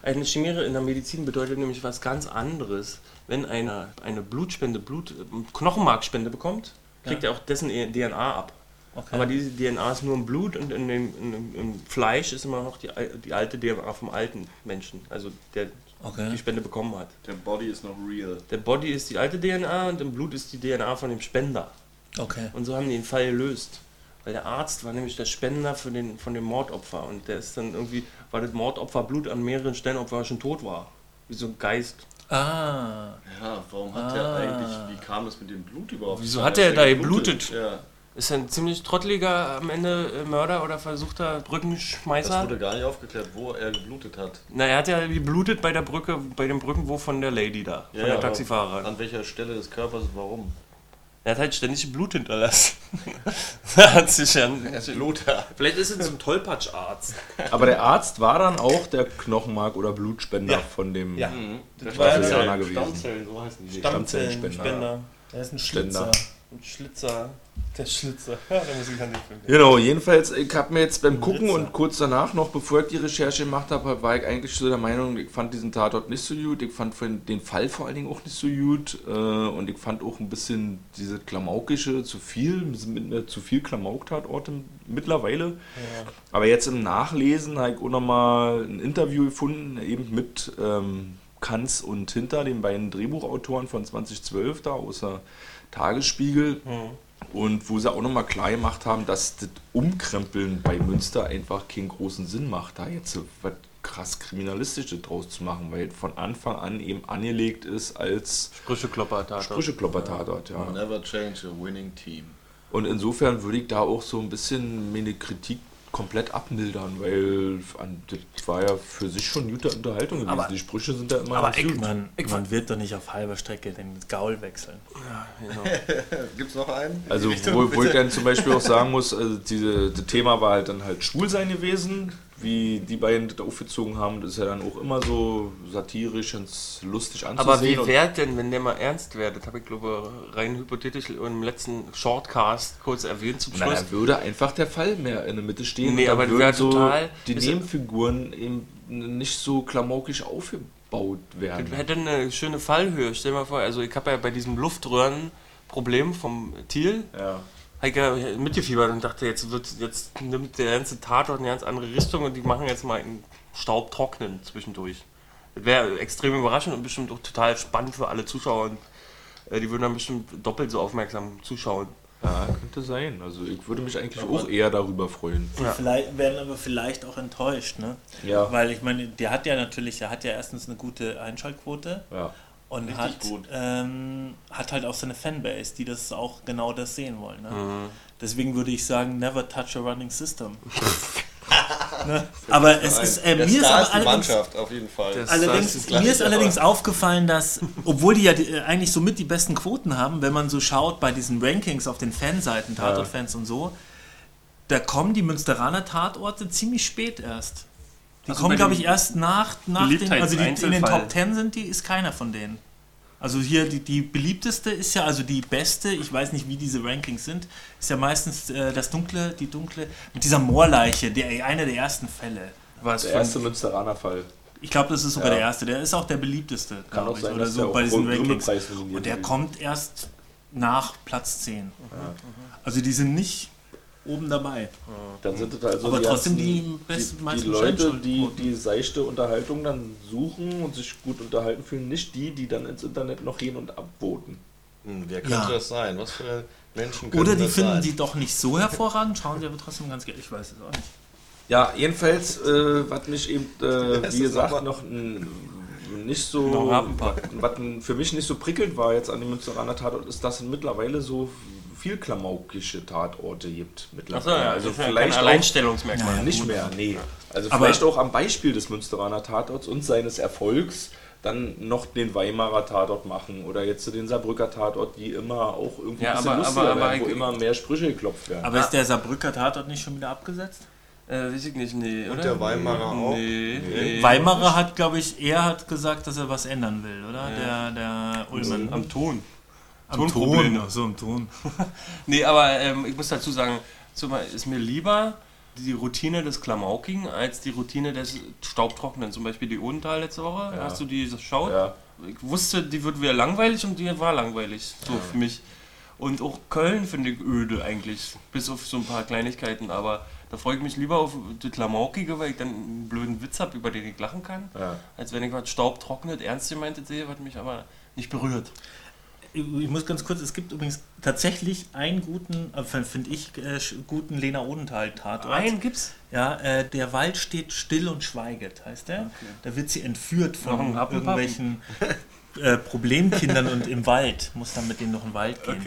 [SPEAKER 4] Eine Chimäre in der Medizin bedeutet nämlich was ganz anderes. Wenn einer eine Blutspende, Blut, äh, Knochenmarkspende bekommt, kriegt er auch dessen E- DNA ab.
[SPEAKER 6] Okay.
[SPEAKER 4] Aber diese DNA ist nur im Blut und in dem, in, dem- im Fleisch ist immer noch die, al- die alte DNA vom alten Menschen, also der
[SPEAKER 6] Okay.
[SPEAKER 4] die Spende bekommen hat.
[SPEAKER 5] Der Body ist noch real.
[SPEAKER 4] Der Body ist die alte DNA und im Blut ist die DNA von dem Spender.
[SPEAKER 6] okay.
[SPEAKER 4] Und so haben die den Fall gelöst. Weil der Arzt war nämlich der Spender für den, von dem Mordopfer. Und der ist dann irgendwie, weil das Mordopfer Blut an mehreren Stellen, obwohl er schon tot war. Wie so ein Geist.
[SPEAKER 6] Ah,
[SPEAKER 5] Ja, warum hat der eigentlich, wie kam es mit dem Blut überhaupt?
[SPEAKER 4] Wieso
[SPEAKER 5] Ja,
[SPEAKER 4] hat der
[SPEAKER 5] ist
[SPEAKER 4] da
[SPEAKER 5] ja
[SPEAKER 4] geblutet?
[SPEAKER 5] Ja,
[SPEAKER 4] Ist ein ziemlich trotteliger am Ende äh, Mörder oder versuchter
[SPEAKER 5] das
[SPEAKER 4] Brückenschmeißer.
[SPEAKER 5] wurde gar nicht aufgeklärt, wo er geblutet hat.
[SPEAKER 4] Na, er hat ja geblutet bei der Brücke, bei dem Brückenwurf von der Lady da, von
[SPEAKER 5] Ja,
[SPEAKER 4] der
[SPEAKER 5] ja,
[SPEAKER 4] Taxifahrerin.
[SPEAKER 5] An welcher Stelle des Körpers und warum?
[SPEAKER 4] Er hat halt ständig Blut hinterlassen. da hat sich ja.
[SPEAKER 5] Bluter.
[SPEAKER 4] Vielleicht ist es ein Tollpatscharzt.
[SPEAKER 2] Aber der Arzt war dann auch der Knochenmark- oder Blutspender
[SPEAKER 4] Ja.
[SPEAKER 2] von dem
[SPEAKER 4] Ja.
[SPEAKER 5] Das
[SPEAKER 4] Mhm. war ja
[SPEAKER 2] Brasilianer
[SPEAKER 4] der
[SPEAKER 2] gewesen.
[SPEAKER 5] so heißen die.
[SPEAKER 2] Stammzellenspender.
[SPEAKER 4] Spender.
[SPEAKER 6] da ist ein
[SPEAKER 2] Ständer.
[SPEAKER 6] Schlitzer.
[SPEAKER 4] Ein Schlitzer. Der Schlitzer. Ja, da muss ich an den Film denken.
[SPEAKER 2] Genau, jedenfalls, ich habe mir Hm, jetzt beim Gucken und kurz danach noch, bevor ich die Recherche gemacht habe, war ich eigentlich so der Meinung, ich fand diesen Tatort nicht so gut, ich fand von- den Fall vor allen Dingen auch nicht so gut äh, und ich fand auch ein bisschen diese Klamaukische zu viel, mit, äh, zu viel Klamauk-Tatorte mittlerweile. Aber jetzt im Nachlesen habe ich auch nochmal ein Interview gefunden, eben mit ähm, Kanz und Hinter, den beiden Drehbuchautoren von 2012 da aus der Tagesspiegel. Und wo sie auch nochmal klar gemacht haben, dass das Umkrempeln bei Münster einfach keinen großen Sinn macht, da jetzt so was krass Kriminalistisches draus zu machen, weil von Anfang an eben angelegt ist als
[SPEAKER 4] Sprücheklopper-Tatort.
[SPEAKER 2] Sprücheklopper-Tatort. Ja.
[SPEAKER 5] Never change a winning team.
[SPEAKER 2] Und insofern würde ich da auch so ein bisschen meine Kritik komplett abmildern, weil an, das war ja für sich schon gute Unterhaltung gewesen.
[SPEAKER 6] Aber-
[SPEAKER 2] Die Sprüche sind da immer
[SPEAKER 6] Aber
[SPEAKER 2] ganz
[SPEAKER 6] ich,
[SPEAKER 2] gut.
[SPEAKER 6] man, man wird doch nicht auf halber Strecke den Gaul wechseln.
[SPEAKER 5] Gibt's noch einen?
[SPEAKER 2] Also wo, wo ich dann zum Beispiel auch sagen muss, also diese, das Thema war halt dann halt Schwulsein gewesen, wie die beiden das aufgezogen haben, das ist ja dann auch immer so satirisch und lustig anzusehen.
[SPEAKER 4] Aber wie
[SPEAKER 2] und-
[SPEAKER 4] wäre denn, wenn der mal ernst wäre? Das habe ich, glaube rein hypothetisch im letzten Shortcast kurz erwähnt zum
[SPEAKER 2] Na,
[SPEAKER 4] Schluss.
[SPEAKER 2] dann würde einfach der Fall mehr in der Mitte stehen.
[SPEAKER 4] Nee,
[SPEAKER 2] und dann
[SPEAKER 4] aber die
[SPEAKER 2] würden
[SPEAKER 4] wäre total-
[SPEAKER 2] die
[SPEAKER 4] ist-
[SPEAKER 2] Nebenfiguren eben nicht so klamaukisch aufgebaut werden.
[SPEAKER 4] Das hätte eine schöne Fallhöhe. Stell dir mal vor, also ich habe ja bei diesem Luftröhrenproblem vom Thiel,
[SPEAKER 2] Ja.
[SPEAKER 4] habe ich ja mitgefiebert und dachte, jetzt, wird, jetzt nimmt der ganze Tatort eine ganz andere Richtung und die machen jetzt mal einen Staub trocknen zwischendurch. Das wäre extrem überraschend und bestimmt auch total spannend für alle Zuschauer und äh, die würden dann bestimmt doppelt so aufmerksam zuschauen.
[SPEAKER 2] Ja, könnte sein. Also ich würde mich eigentlich auch eher darüber freuen.
[SPEAKER 6] Die vielleicht, werden aber vielleicht auch enttäuscht, ne?
[SPEAKER 2] Ja.
[SPEAKER 6] Weil ich meine, der hat ja natürlich, der hat ja erstens eine gute Einschaltquote
[SPEAKER 2] Ja.
[SPEAKER 6] und
[SPEAKER 5] Richtig
[SPEAKER 6] hat,
[SPEAKER 5] gut.
[SPEAKER 6] Ähm, hat halt auch seine Fanbase, die das auch genau das sehen wollen. Ne?
[SPEAKER 2] Mhm.
[SPEAKER 6] Deswegen würde ich sagen, never touch a running system. ne? Aber es ist, äh,
[SPEAKER 5] Der
[SPEAKER 6] mir ist
[SPEAKER 5] Star
[SPEAKER 6] aber
[SPEAKER 5] ist die
[SPEAKER 6] allerdings
[SPEAKER 5] Mannschaft, auf jeden Fall.
[SPEAKER 6] Allerdings,
[SPEAKER 5] gleich,
[SPEAKER 6] mir ist
[SPEAKER 5] aber-
[SPEAKER 6] allerdings aufgefallen, dass, obwohl die ja die, äh, eigentlich somit die besten Quoten haben, wenn man so schaut bei diesen Rankings auf den Fanseiten, Tatortfans und so, da kommen die Münsteraner Tatorte ziemlich spät erst. Die kommen,
[SPEAKER 4] Also bei
[SPEAKER 6] glaube
[SPEAKER 4] den
[SPEAKER 6] ich, erst nach, nach den, also die, in den
[SPEAKER 4] Beliebtheits-Einzelfall.
[SPEAKER 6] Top Ten sind die, ist keiner von denen. Also hier die, die beliebteste ist ja, also die beste, ich weiß nicht, wie diese Rankings sind, ist ja meistens äh, das dunkle, die dunkle, mit dieser Moorleiche, der, einer der ersten Fälle.
[SPEAKER 4] Was
[SPEAKER 2] Der erste Münsteraner Fall.
[SPEAKER 6] Ich glaube, das ist sogar
[SPEAKER 2] Ja.
[SPEAKER 6] der erste. Der ist auch der beliebteste,
[SPEAKER 2] Kann auch
[SPEAKER 6] glaube ich,
[SPEAKER 2] sein,
[SPEAKER 6] oder
[SPEAKER 2] dass der
[SPEAKER 6] so
[SPEAKER 2] auch
[SPEAKER 6] bei diesen
[SPEAKER 2] Grund-
[SPEAKER 6] Rankings.
[SPEAKER 2] Grimme-Preis nominiert
[SPEAKER 6] Und der
[SPEAKER 2] wurde.
[SPEAKER 6] kommt erst nach Platz 10. Also die sind nicht oben dabei.
[SPEAKER 2] Dann sind es also
[SPEAKER 6] Aber trotzdem die
[SPEAKER 2] ganzen-
[SPEAKER 6] besten-
[SPEAKER 2] die,
[SPEAKER 6] meisten
[SPEAKER 2] die Leute, die
[SPEAKER 6] Scheinschuldenquoten.
[SPEAKER 2] die seichte Unterhaltung dann suchen und sich gut unterhalten fühlen, nicht die, die dann ins Internet noch hin und abboten.
[SPEAKER 5] Hm, Wer könnte
[SPEAKER 6] Ja.
[SPEAKER 5] das sein? Was für Menschen können
[SPEAKER 6] Oder die
[SPEAKER 5] das
[SPEAKER 6] finden
[SPEAKER 5] sein?
[SPEAKER 6] die doch nicht so hervorragend, schauen sie aber trotzdem ganz gerne. Ich weiß es auch nicht.
[SPEAKER 2] Ja, jedenfalls, äh, was mich eben, äh,
[SPEAKER 5] Das
[SPEAKER 2] wie
[SPEAKER 5] ist
[SPEAKER 2] gesagt,
[SPEAKER 5] aber-
[SPEAKER 2] noch n- nicht so,
[SPEAKER 4] Noch haben ein paar.
[SPEAKER 2] was n- für mich nicht so prickelnd war jetzt an dem Münsteraner Tatort, ist, dass es mittlerweile so viel klamaukische Tatorte gibt. Mittlerweile.
[SPEAKER 4] Achso, ja,
[SPEAKER 2] also
[SPEAKER 4] das ist ja kein
[SPEAKER 2] vielleicht auch
[SPEAKER 4] Alleinstellungsmerkmal.
[SPEAKER 6] Ja,
[SPEAKER 2] nicht mehr, nee. Also
[SPEAKER 6] Aber-
[SPEAKER 2] vielleicht auch am Beispiel des Münsteraner Tatorts und seines Erfolgs dann noch den Weimarer Tatort machen oder jetzt den Saarbrücker Tatort, die immer auch irgendwie
[SPEAKER 4] Ja,
[SPEAKER 2] ein bisschen
[SPEAKER 4] aber-
[SPEAKER 2] lustiger
[SPEAKER 4] aber- aber
[SPEAKER 2] werden, wo
[SPEAKER 4] ich-
[SPEAKER 2] immer mehr Sprüche geklopft werden.
[SPEAKER 6] Aber ist der Saarbrücker Tatort nicht schon wieder abgesetzt?
[SPEAKER 4] Äh, weiß ich nicht, nee.
[SPEAKER 5] Und
[SPEAKER 4] oder?
[SPEAKER 5] der Weimarer auch?
[SPEAKER 4] Nee, nee.
[SPEAKER 6] Weimarer hat, glaube ich, er hat gesagt, dass er was ändern will, oder? Der, der Ullmann.
[SPEAKER 4] Am Ton.
[SPEAKER 6] Am
[SPEAKER 4] Tonproblem.
[SPEAKER 6] ach so im Ton.
[SPEAKER 4] Nee, aber ähm, ich muss dazu sagen, zum, Beispiel ist mir lieber die Routine des Klamaukigen als die Routine des Staubtrocknen. Zum Beispiel die Odenthal letzte Woche.
[SPEAKER 2] Ja.
[SPEAKER 4] Hast du die geschaut?
[SPEAKER 2] Ja.
[SPEAKER 4] Ich wusste, die wird wieder langweilig und die war langweilig. So für mich. Und auch Köln finde ich öde eigentlich. Bis auf so ein paar Kleinigkeiten. Aber da freue ich mich lieber auf die Klamaukige, weil ich dann einen blöden Witz habe, über den ich lachen kann.
[SPEAKER 2] Ja.
[SPEAKER 4] Als wenn ich was staubtrocknet, ernst gemeintes sehe, was mich aber nicht berührt.
[SPEAKER 6] Ich muss ganz kurz, es gibt übrigens tatsächlich einen guten, äh, finde ich, äh, sch- guten Lena Odenthal-Tatort.
[SPEAKER 4] Einen gibt's.
[SPEAKER 6] Ja, äh, der Wald steht still und schweiget, heißt der. Da wird sie entführt
[SPEAKER 4] Noch
[SPEAKER 6] von
[SPEAKER 4] ein Happen-Pappen.
[SPEAKER 6] irgendwelchen äh, Problemkindern und im Wald. Muss dann mit denen noch in den Wald gehen.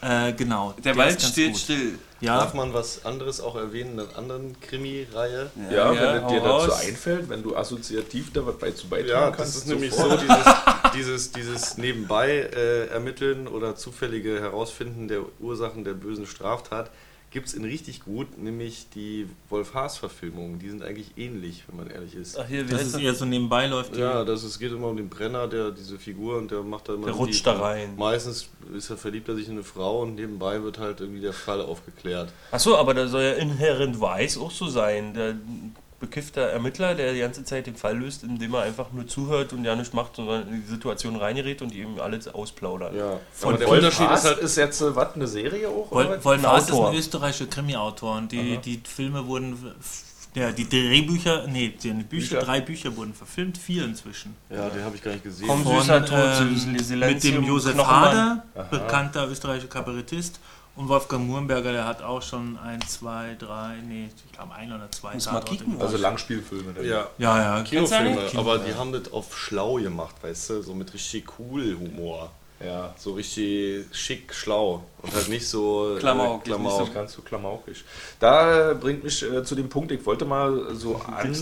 [SPEAKER 6] Äh, genau.
[SPEAKER 4] Der,
[SPEAKER 6] ist
[SPEAKER 4] Wald
[SPEAKER 6] ganz
[SPEAKER 4] steht
[SPEAKER 6] gut.
[SPEAKER 4] still.
[SPEAKER 6] Ja,
[SPEAKER 5] Darf man was anderes auch erwähnen, eine anderen Krimi-Reihe?
[SPEAKER 2] Ja,
[SPEAKER 4] Ja,
[SPEAKER 2] wenn es
[SPEAKER 4] hau
[SPEAKER 2] dir dazu
[SPEAKER 4] raus.
[SPEAKER 2] einfällt, wenn du assoziativ da was bei zu beitragen
[SPEAKER 5] Ja, das
[SPEAKER 2] kannst.
[SPEAKER 5] ist nämlich so
[SPEAKER 2] sofort.
[SPEAKER 5] dieses, dieses, dieses nebenbei äh, ermitteln oder zufällige Herausfinden der Ursachen der bösen Straftat gibt es in richtig gut, nämlich die Wolf-Haas-Verfilmungen. Die sind eigentlich ähnlich, wenn man ehrlich ist.
[SPEAKER 4] Ach hier, wie
[SPEAKER 6] das
[SPEAKER 4] heißt
[SPEAKER 6] ist
[SPEAKER 4] das?
[SPEAKER 6] eher so nebenbei läuft.
[SPEAKER 5] Ja, das, es geht immer um den Brenner, der diese Figur und der macht da immer.
[SPEAKER 4] Der
[SPEAKER 5] die-
[SPEAKER 4] rutscht da rein.
[SPEAKER 5] Meistens ist er verliebt er sich in eine Frau und nebenbei wird halt irgendwie der Fall aufgeklärt.
[SPEAKER 4] Achso, aber da soll ja inhärent weiß auch so sein. Der bekiffte Ermittler, der die ganze Zeit den Fall löst, indem er einfach nur zuhört und ja nichts macht, sondern in die Situation reingerät und ihm alles ausplaudert.
[SPEAKER 5] Ja,
[SPEAKER 6] Von
[SPEAKER 5] aber der
[SPEAKER 6] Wolf
[SPEAKER 5] Unterschied
[SPEAKER 2] Haas
[SPEAKER 5] ist halt.
[SPEAKER 2] ist jetzt äh, was, eine Serie auch? oder
[SPEAKER 6] Wolf,
[SPEAKER 2] was?
[SPEAKER 6] Wolf
[SPEAKER 4] ein
[SPEAKER 6] Haas ist
[SPEAKER 4] Autor.
[SPEAKER 6] ein österreichischer Krimi-Autor und die, die Filme wurden, f- ja, die Drehbücher, nee, die Bücher,
[SPEAKER 2] Bücher.
[SPEAKER 6] drei Bücher wurden verfilmt, vier inzwischen.
[SPEAKER 5] Ja, den habe ich gar nicht gesehen.
[SPEAKER 4] Komm,
[SPEAKER 6] Von,
[SPEAKER 4] Süßer Tod,
[SPEAKER 6] ähm,
[SPEAKER 4] Süß-
[SPEAKER 6] mit
[SPEAKER 4] Silenzium,
[SPEAKER 6] dem Josef
[SPEAKER 4] Knochenmann.
[SPEAKER 6] Hader, bekannter österreichischer Kabarettist. Und Wolfgang Murenberger, der hat auch schon ein, zwei, drei, nee, ich glaube ein oder zwei
[SPEAKER 4] Muss mal
[SPEAKER 6] Tatorte
[SPEAKER 4] kicken.
[SPEAKER 6] gemacht.
[SPEAKER 2] Also Langspielfilme. dann.
[SPEAKER 5] ja.
[SPEAKER 6] Ja, ja,
[SPEAKER 4] Kennst du
[SPEAKER 5] Kinofilme,
[SPEAKER 4] eigentlich?
[SPEAKER 5] aber die haben das auf schlau gemacht, weißt du, so mit richtig cool Humor.
[SPEAKER 2] ja.
[SPEAKER 5] So richtig schick, schlau und halt nicht so äh,
[SPEAKER 4] Klamauk, ist
[SPEAKER 2] Ist
[SPEAKER 5] Klamauk.
[SPEAKER 2] nicht ganz so klamaukisch. Da äh, bringt mich äh, zu dem Punkt, ich wollte mal so an,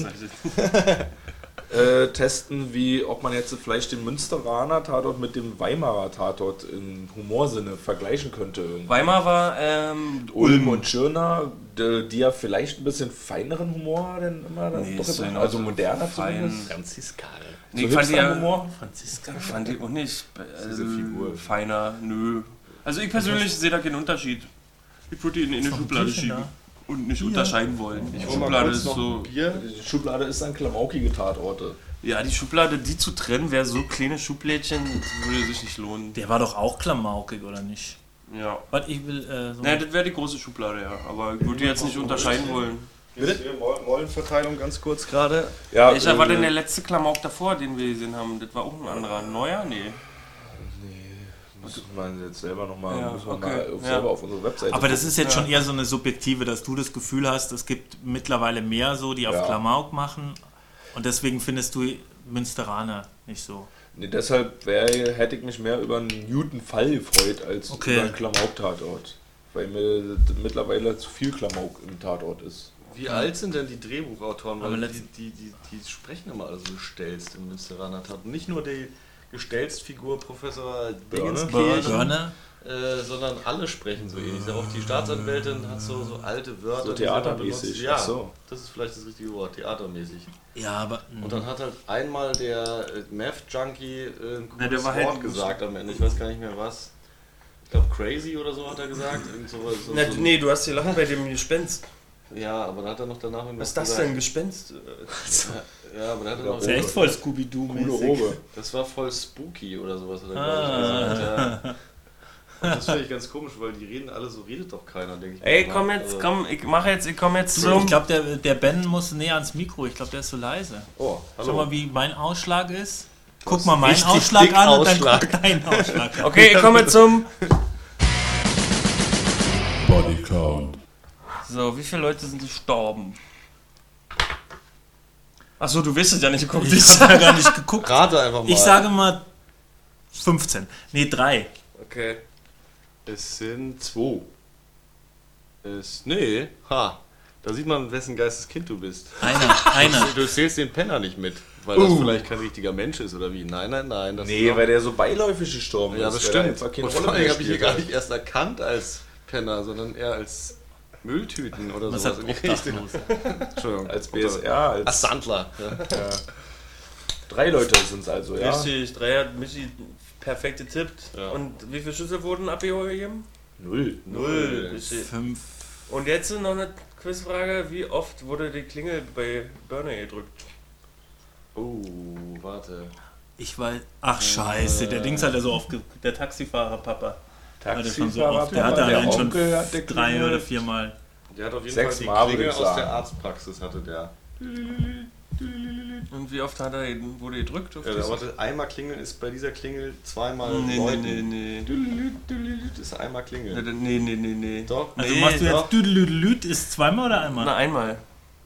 [SPEAKER 2] äh, testen, wie ob man jetzt vielleicht den Münsteraner Tatort mit dem Weimarer Tatort im Humorsinne vergleichen könnte.
[SPEAKER 4] Weimar war ähm,
[SPEAKER 2] Ulm und Schirner, die, die ja vielleicht ein bisschen feineren Humor denn immer dann
[SPEAKER 4] Nee,
[SPEAKER 2] doch
[SPEAKER 4] ist
[SPEAKER 2] jetzt-
[SPEAKER 4] ja
[SPEAKER 2] also
[SPEAKER 4] noch
[SPEAKER 2] moderner
[SPEAKER 4] fein.
[SPEAKER 2] zumindest.
[SPEAKER 5] Franziska.
[SPEAKER 4] Nee,
[SPEAKER 2] so
[SPEAKER 4] ich fand die ja,
[SPEAKER 2] Humor.
[SPEAKER 6] Franziska.
[SPEAKER 4] fand die auch nicht. Also,
[SPEAKER 5] Figur.
[SPEAKER 4] feiner, nö. Also ich persönlich sehe da keinen Unterschied. Ich würde ihn in eine
[SPEAKER 6] noch ein
[SPEAKER 4] Schublade
[SPEAKER 6] Bierchen
[SPEAKER 4] schieben und nicht unterscheiden wollen. Die
[SPEAKER 5] Ich hol mal
[SPEAKER 4] Schublade
[SPEAKER 5] kurz
[SPEAKER 4] ist
[SPEAKER 5] noch
[SPEAKER 4] so.
[SPEAKER 5] ein Bier.
[SPEAKER 2] Die Schublade ist dann klamaukige Tatorte.
[SPEAKER 4] Ja, die Schublade, die zu trennen, wäre so kleine Schublädchen, das würde sich nicht lohnen.
[SPEAKER 6] Der war doch auch klamaukig, oder nicht?
[SPEAKER 4] Ja.
[SPEAKER 6] Warte, ich will, äh, so
[SPEAKER 4] Naja, das wäre die große Schublade, ja. Aber ich würde die jetzt nicht unterscheiden wollen.
[SPEAKER 5] Bitte? Rollenverteilung ganz kurz gerade.
[SPEAKER 2] Ja, äh,
[SPEAKER 4] Ich war denn der letzte Klamauk davor, den wir gesehen haben. Das war auch ein anderer. Ein neuer? Nee.
[SPEAKER 2] Muss man jetzt selber nochmal
[SPEAKER 4] Ja,
[SPEAKER 2] muss man
[SPEAKER 4] okay,
[SPEAKER 2] mal auf,
[SPEAKER 4] ja.
[SPEAKER 2] selber auf unsere Webseite.
[SPEAKER 6] Aber das ist jetzt schon eher so eine subjektive, dass du das Gefühl hast, es gibt mittlerweile mehr so, die auf
[SPEAKER 2] Ja.
[SPEAKER 6] Klamauk machen. Und deswegen findest du Münsteraner nicht so.
[SPEAKER 2] nee, deshalb wär, hätte ich mich mehr über einen Newton-Fall gefreut als
[SPEAKER 6] Okay.
[SPEAKER 2] über einen Klamauk-Tatort. Weil mir das mittlerweile zu viel Klamauk im Tatort ist.
[SPEAKER 5] Wie alt sind denn die Drehbuchautoren?
[SPEAKER 6] Aber
[SPEAKER 5] Weil
[SPEAKER 6] letzt-
[SPEAKER 5] die, die, die, die sprechen immer alle so gestelzt im Münsteraner Tat. Nicht nur die gestelzt Figur Professor Dingenskirchen,
[SPEAKER 6] Börne?
[SPEAKER 5] äh, sondern alle sprechen so ähnlich. Auch die Staatsanwältin hat so, so alte Wörter.
[SPEAKER 2] So
[SPEAKER 5] die sie immer
[SPEAKER 2] theatermäßig,
[SPEAKER 5] benutzt. Ja,
[SPEAKER 2] ach so.
[SPEAKER 5] das ist vielleicht das richtige Wort, theatermäßig.
[SPEAKER 4] Mhm.
[SPEAKER 6] Ja, aber. hm.
[SPEAKER 5] Und dann hat halt einmal der äh, Meth-Junkie äh,
[SPEAKER 4] Ja,
[SPEAKER 5] ein cooles
[SPEAKER 4] der war
[SPEAKER 5] Wort
[SPEAKER 4] halt-
[SPEAKER 5] gesagt am Ende. Ich weiß gar nicht mehr was. Ich glaube, crazy oder so hat er gesagt. Irgend sowas, so, so,
[SPEAKER 4] du hast gelacht bei dem Gespenst.
[SPEAKER 5] Ja, aber da hat er noch danach irgendwas
[SPEAKER 4] Gespenst?
[SPEAKER 5] gesagt. Ja, aber da hat er noch
[SPEAKER 6] ist ja echt voll Scooby-Doo-mäßig.
[SPEAKER 2] Robe.
[SPEAKER 5] Das war voll spooky oder sowas. Hat er,
[SPEAKER 6] Ah.
[SPEAKER 5] glaub ich, gesagt. Ja. Und das finde ich ganz komisch, weil die reden alle so, redet doch keiner, denke ich.
[SPEAKER 4] Ey,
[SPEAKER 5] mir
[SPEAKER 4] komm
[SPEAKER 5] mal.
[SPEAKER 4] jetzt,
[SPEAKER 5] Also,
[SPEAKER 4] komm, ich mach jetzt, ich komm jetzt
[SPEAKER 6] Ich
[SPEAKER 4] zum.
[SPEAKER 6] glaube, der, der Ben muss näher ans Mikro. Ich glaube, der ist so leise.
[SPEAKER 5] Oh,
[SPEAKER 6] Schau mal,
[SPEAKER 5] hallo.
[SPEAKER 6] wie mein Ausschlag ist. Guck mal meinen
[SPEAKER 5] richtig
[SPEAKER 6] Ausschlag
[SPEAKER 5] dick
[SPEAKER 6] an und dann
[SPEAKER 5] Ausschlag.
[SPEAKER 6] guck deinen Ausschlag an.
[SPEAKER 4] Okay, ich komme zum.
[SPEAKER 7] Body Count.
[SPEAKER 4] So, wie viele Leute sind gestorben? Achso, du wirst es ja nicht, guck dich.
[SPEAKER 6] Ich habe ja gar nicht geguckt.
[SPEAKER 5] Rate einfach mal.
[SPEAKER 6] Ich sage mal 15. Nee, 3.
[SPEAKER 5] Okay. Es sind zwei. Es. Nee. Ha. Da sieht man, wessen Geisteskind du bist. Uh.
[SPEAKER 6] Einer, einer.
[SPEAKER 5] Du zählst den Penner nicht mit, weil das vielleicht kein richtiger Mensch ist oder wie. Nein, nein, nein. Das
[SPEAKER 2] Nee, weil der so beiläufig gestorben
[SPEAKER 5] ja,
[SPEAKER 2] ist.
[SPEAKER 5] das
[SPEAKER 2] weil er
[SPEAKER 5] stimmt.
[SPEAKER 2] einfach keine
[SPEAKER 5] Und
[SPEAKER 2] Rolle
[SPEAKER 5] vor
[SPEAKER 2] mehr
[SPEAKER 5] allem habe ich hier
[SPEAKER 2] gespielt
[SPEAKER 5] gar
[SPEAKER 2] hat.
[SPEAKER 5] nicht erst erkannt als Penner, sondern eher als Mülltüten oder
[SPEAKER 6] Das
[SPEAKER 5] sowas
[SPEAKER 6] hat
[SPEAKER 5] in die Richtung.
[SPEAKER 6] Obdachlose.
[SPEAKER 5] Entschuldigung.
[SPEAKER 2] Als BSR,
[SPEAKER 5] Als
[SPEAKER 2] als
[SPEAKER 5] Sandler. Ja.
[SPEAKER 2] drei Leute sind es also, ja.
[SPEAKER 4] Richtig, Dreier hat Michi perfekt getippt.
[SPEAKER 5] Ja.
[SPEAKER 4] Und wie viele Schüsse wurden abgegeben?
[SPEAKER 2] Null.
[SPEAKER 5] Null.
[SPEAKER 4] Richtig.
[SPEAKER 6] Fünf.
[SPEAKER 4] Und jetzt sind noch eine Quizfrage: Wie oft wurde die Klingel bei Burner gedrückt?
[SPEAKER 2] Oh, warte.
[SPEAKER 6] Ich weiß. Ach scheiße, der Dings hat er so oft. ge- Der Taxifahrer Papa. Hat er schon so
[SPEAKER 2] Taxifahrer,
[SPEAKER 6] oft. Der hatte
[SPEAKER 2] Papa, der
[SPEAKER 6] allein schon
[SPEAKER 2] Onkel hat der
[SPEAKER 6] drei
[SPEAKER 2] Klingel.
[SPEAKER 6] oder viermal.
[SPEAKER 4] Der hat auf jeden
[SPEAKER 2] Sechs
[SPEAKER 4] Fall die
[SPEAKER 2] Mal.
[SPEAKER 5] Klingel
[SPEAKER 2] würde ich
[SPEAKER 5] aus
[SPEAKER 2] sagen.
[SPEAKER 5] der Arztpraxis hatte der.
[SPEAKER 4] Und wie oft hat er, wurde gedrückt? Auf
[SPEAKER 5] Ja,
[SPEAKER 4] das-
[SPEAKER 5] aber das einmal klingeln ist bei dieser Klingel zweimal
[SPEAKER 4] nee, nee,
[SPEAKER 5] läuten.
[SPEAKER 4] nee, nee.
[SPEAKER 5] Das ist einmal klingeln.
[SPEAKER 4] Nee, nee, nee, nee.
[SPEAKER 5] Doch?
[SPEAKER 6] Also
[SPEAKER 4] Nee,
[SPEAKER 6] machst du
[SPEAKER 5] doch.
[SPEAKER 6] jetzt Düdelüdelüt ist zweimal oder einmal?
[SPEAKER 4] Na, einmal.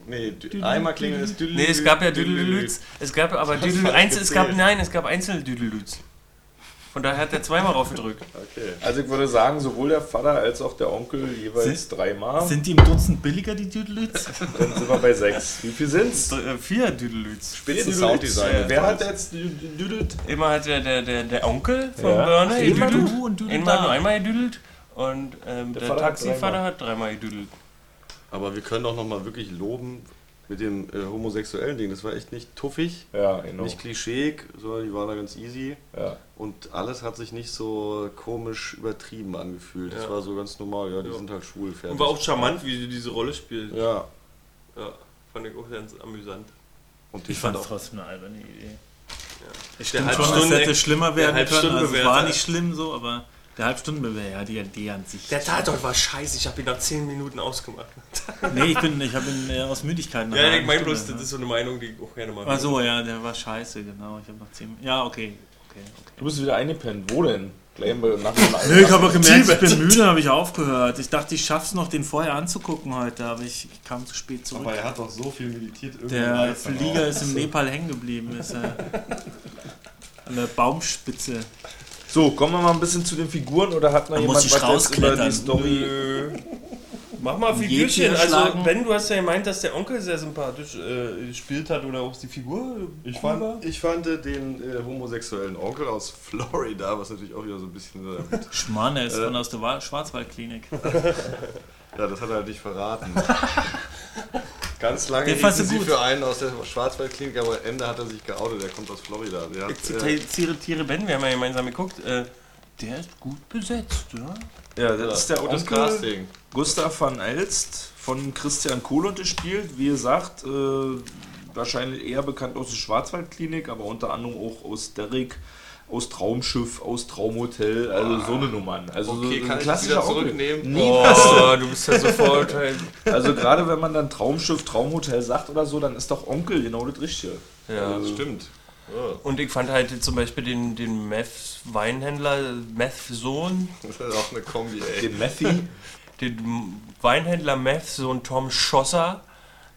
[SPEAKER 5] Nee, dü- einmal klingeln ist
[SPEAKER 4] Nee, es gab ja Düdelüts. Es gab aber Düdelüts.
[SPEAKER 5] hat
[SPEAKER 4] Eins, es gab,
[SPEAKER 5] gezählt.
[SPEAKER 4] nein, es gab einzelne Düdelüts. Von daher hat er zweimal raufgedrückt.
[SPEAKER 5] Okay.
[SPEAKER 2] Also ich würde sagen, sowohl der Vater als auch der Onkel jeweils
[SPEAKER 6] Sind-
[SPEAKER 2] dreimal.
[SPEAKER 6] Sind die im Dutzend billiger, die Düdelüts?
[SPEAKER 2] Dann sind wir bei sechs. Wie viel sind's?
[SPEAKER 4] Äh, Vier Düdelüts.
[SPEAKER 5] Spitzen Sounddesign.
[SPEAKER 4] Ja,
[SPEAKER 2] Wer hat jetzt gedüdelt?
[SPEAKER 4] Immer hat der, der, der, der Onkel von
[SPEAKER 2] Ja.
[SPEAKER 4] Börne
[SPEAKER 6] Immer
[SPEAKER 4] gedüdelt.
[SPEAKER 6] du und Düdel
[SPEAKER 4] Einmal nur
[SPEAKER 6] da.
[SPEAKER 4] einmal gedüdelt. Und ähm,
[SPEAKER 2] Der
[SPEAKER 4] der,
[SPEAKER 2] Vater hat
[SPEAKER 4] Taxifahrer
[SPEAKER 2] dreimal.
[SPEAKER 4] hat dreimal gedüdelt.
[SPEAKER 5] Aber wir können auch nochmal wirklich loben mit dem äh, homosexuellen Ding. Das war echt nicht tuffig,
[SPEAKER 2] Ja, genau.
[SPEAKER 5] nicht klischeeig, sondern die waren da ganz easy.
[SPEAKER 2] Ja.
[SPEAKER 5] Und alles hat sich nicht so komisch übertrieben angefühlt. Das
[SPEAKER 4] Ja.
[SPEAKER 5] war so ganz normal. Ja, die
[SPEAKER 4] Ja.
[SPEAKER 5] sind halt schwul, fertig.
[SPEAKER 4] Und war auch charmant, wie sie diese Rolle spielt. Ja.
[SPEAKER 5] ja.
[SPEAKER 4] fand ich auch ganz amüsant.
[SPEAKER 5] Und
[SPEAKER 6] Ich fand es trotzdem eine alberne Idee. Ich
[SPEAKER 4] Der
[SPEAKER 6] stimmt schon, es
[SPEAKER 4] Halbstunden-
[SPEAKER 6] hätte schlimmer werden können. Also es
[SPEAKER 4] Halbstundenbewerter.
[SPEAKER 6] war nicht schlimm so, aber der Halbstundenbewerber, ja, die Idee an sich.
[SPEAKER 4] Der Tatort war scheiße, ich habe ihn nach 10 Minuten ausgemacht.
[SPEAKER 6] Nee, ich bin, ich habe ihn äh, aus Müdigkeit nach
[SPEAKER 4] Ja,
[SPEAKER 6] einer
[SPEAKER 4] ich meine
[SPEAKER 6] halben
[SPEAKER 4] bloß,
[SPEAKER 6] Stunde,
[SPEAKER 4] das ist so eine Meinung, die ich auch gerne mal
[SPEAKER 6] ja. Ach so, ja, der war scheiße, genau. Ich habe noch zehn. Ja, okay. okay, okay.
[SPEAKER 2] Du bist wieder eingepennt. Wo denn? Gleich bei nach dem
[SPEAKER 6] Nö, ich habe auch gemerkt, ich bin müde, habe ich aufgehört. Ich dachte, ich schaff's noch, den vorher anzugucken heute, aber ich, ich kam zu spät zurück.
[SPEAKER 5] Aber er hat doch so viel meditiert. irgendwann
[SPEAKER 6] Der
[SPEAKER 5] reicht's dann
[SPEAKER 6] Flieger
[SPEAKER 5] auch.
[SPEAKER 6] ist im Nepal hängen geblieben, ist er. An der Baumspitze.
[SPEAKER 2] So, kommen wir mal ein bisschen zu den Figuren oder hat noch
[SPEAKER 6] Man
[SPEAKER 2] jemand
[SPEAKER 6] muss sich
[SPEAKER 2] was jetzt über die
[SPEAKER 6] rausklettern.
[SPEAKER 2] Story?
[SPEAKER 4] Nö. Mach mal
[SPEAKER 6] Jeden
[SPEAKER 4] Figürchen. Also,
[SPEAKER 6] erschlagen.
[SPEAKER 4] Ben, du hast ja gemeint, dass der Onkel sehr sympathisch äh, gespielt hat oder auch die Figur.
[SPEAKER 5] Ich
[SPEAKER 4] cool war.
[SPEAKER 5] fand, ich fand den äh, homosexuellen Onkel aus Florida, was natürlich auch wieder so ein bisschen. Äh,
[SPEAKER 6] Schmarrn, er ist
[SPEAKER 5] Äh.
[SPEAKER 6] von aus der Wa- Schwarzwaldklinik.
[SPEAKER 5] ja, das hat er halt nicht verraten. Ganz lange
[SPEAKER 6] Den
[SPEAKER 5] hielten
[SPEAKER 6] fandst du
[SPEAKER 5] sie
[SPEAKER 6] gut.
[SPEAKER 5] für einen aus der Schwarzwaldklinik, aber am Ende hat er sich geoutet, der kommt aus Florida. Der
[SPEAKER 4] Ich
[SPEAKER 5] hat, äh,
[SPEAKER 4] zitiere Tiere Ben, wir haben ja gemeinsam geguckt. Äh, der ist gut besetzt, oder?
[SPEAKER 2] Ja,
[SPEAKER 5] ja,
[SPEAKER 2] das ist der
[SPEAKER 5] gutes
[SPEAKER 2] Onkel
[SPEAKER 5] Casting.
[SPEAKER 2] Gustav van Elst von Christian Kohlund gespielt. Wie gesagt, äh, wahrscheinlich eher bekannt aus der Schwarzwaldklinik, aber unter anderem auch aus Derrick, aus Traumschiff, aus Traumhotel, also so eine Nummern. Also
[SPEAKER 5] Ah, Okay,
[SPEAKER 2] so
[SPEAKER 5] kann
[SPEAKER 2] ein
[SPEAKER 5] ich
[SPEAKER 2] klassischer
[SPEAKER 5] wieder
[SPEAKER 2] Onkel.
[SPEAKER 5] zurücknehmen? Oh.
[SPEAKER 2] Nie was.
[SPEAKER 4] Oh, du bist ja halt- so verurteilt.
[SPEAKER 2] Also gerade wenn man dann Traumschiff, Traumhotel sagt oder so, dann ist doch Onkel genau das Richtige.
[SPEAKER 4] Ja.
[SPEAKER 5] Das stimmt. Ja.
[SPEAKER 4] Und ich fand halt zum Beispiel den, den Meth-Weinhändler, Meth-Sohn,
[SPEAKER 5] Das ist auch eine Kombi, ey.
[SPEAKER 2] Den Matthew.
[SPEAKER 4] den Weinhändler Meth-Sohn Tom Schosser,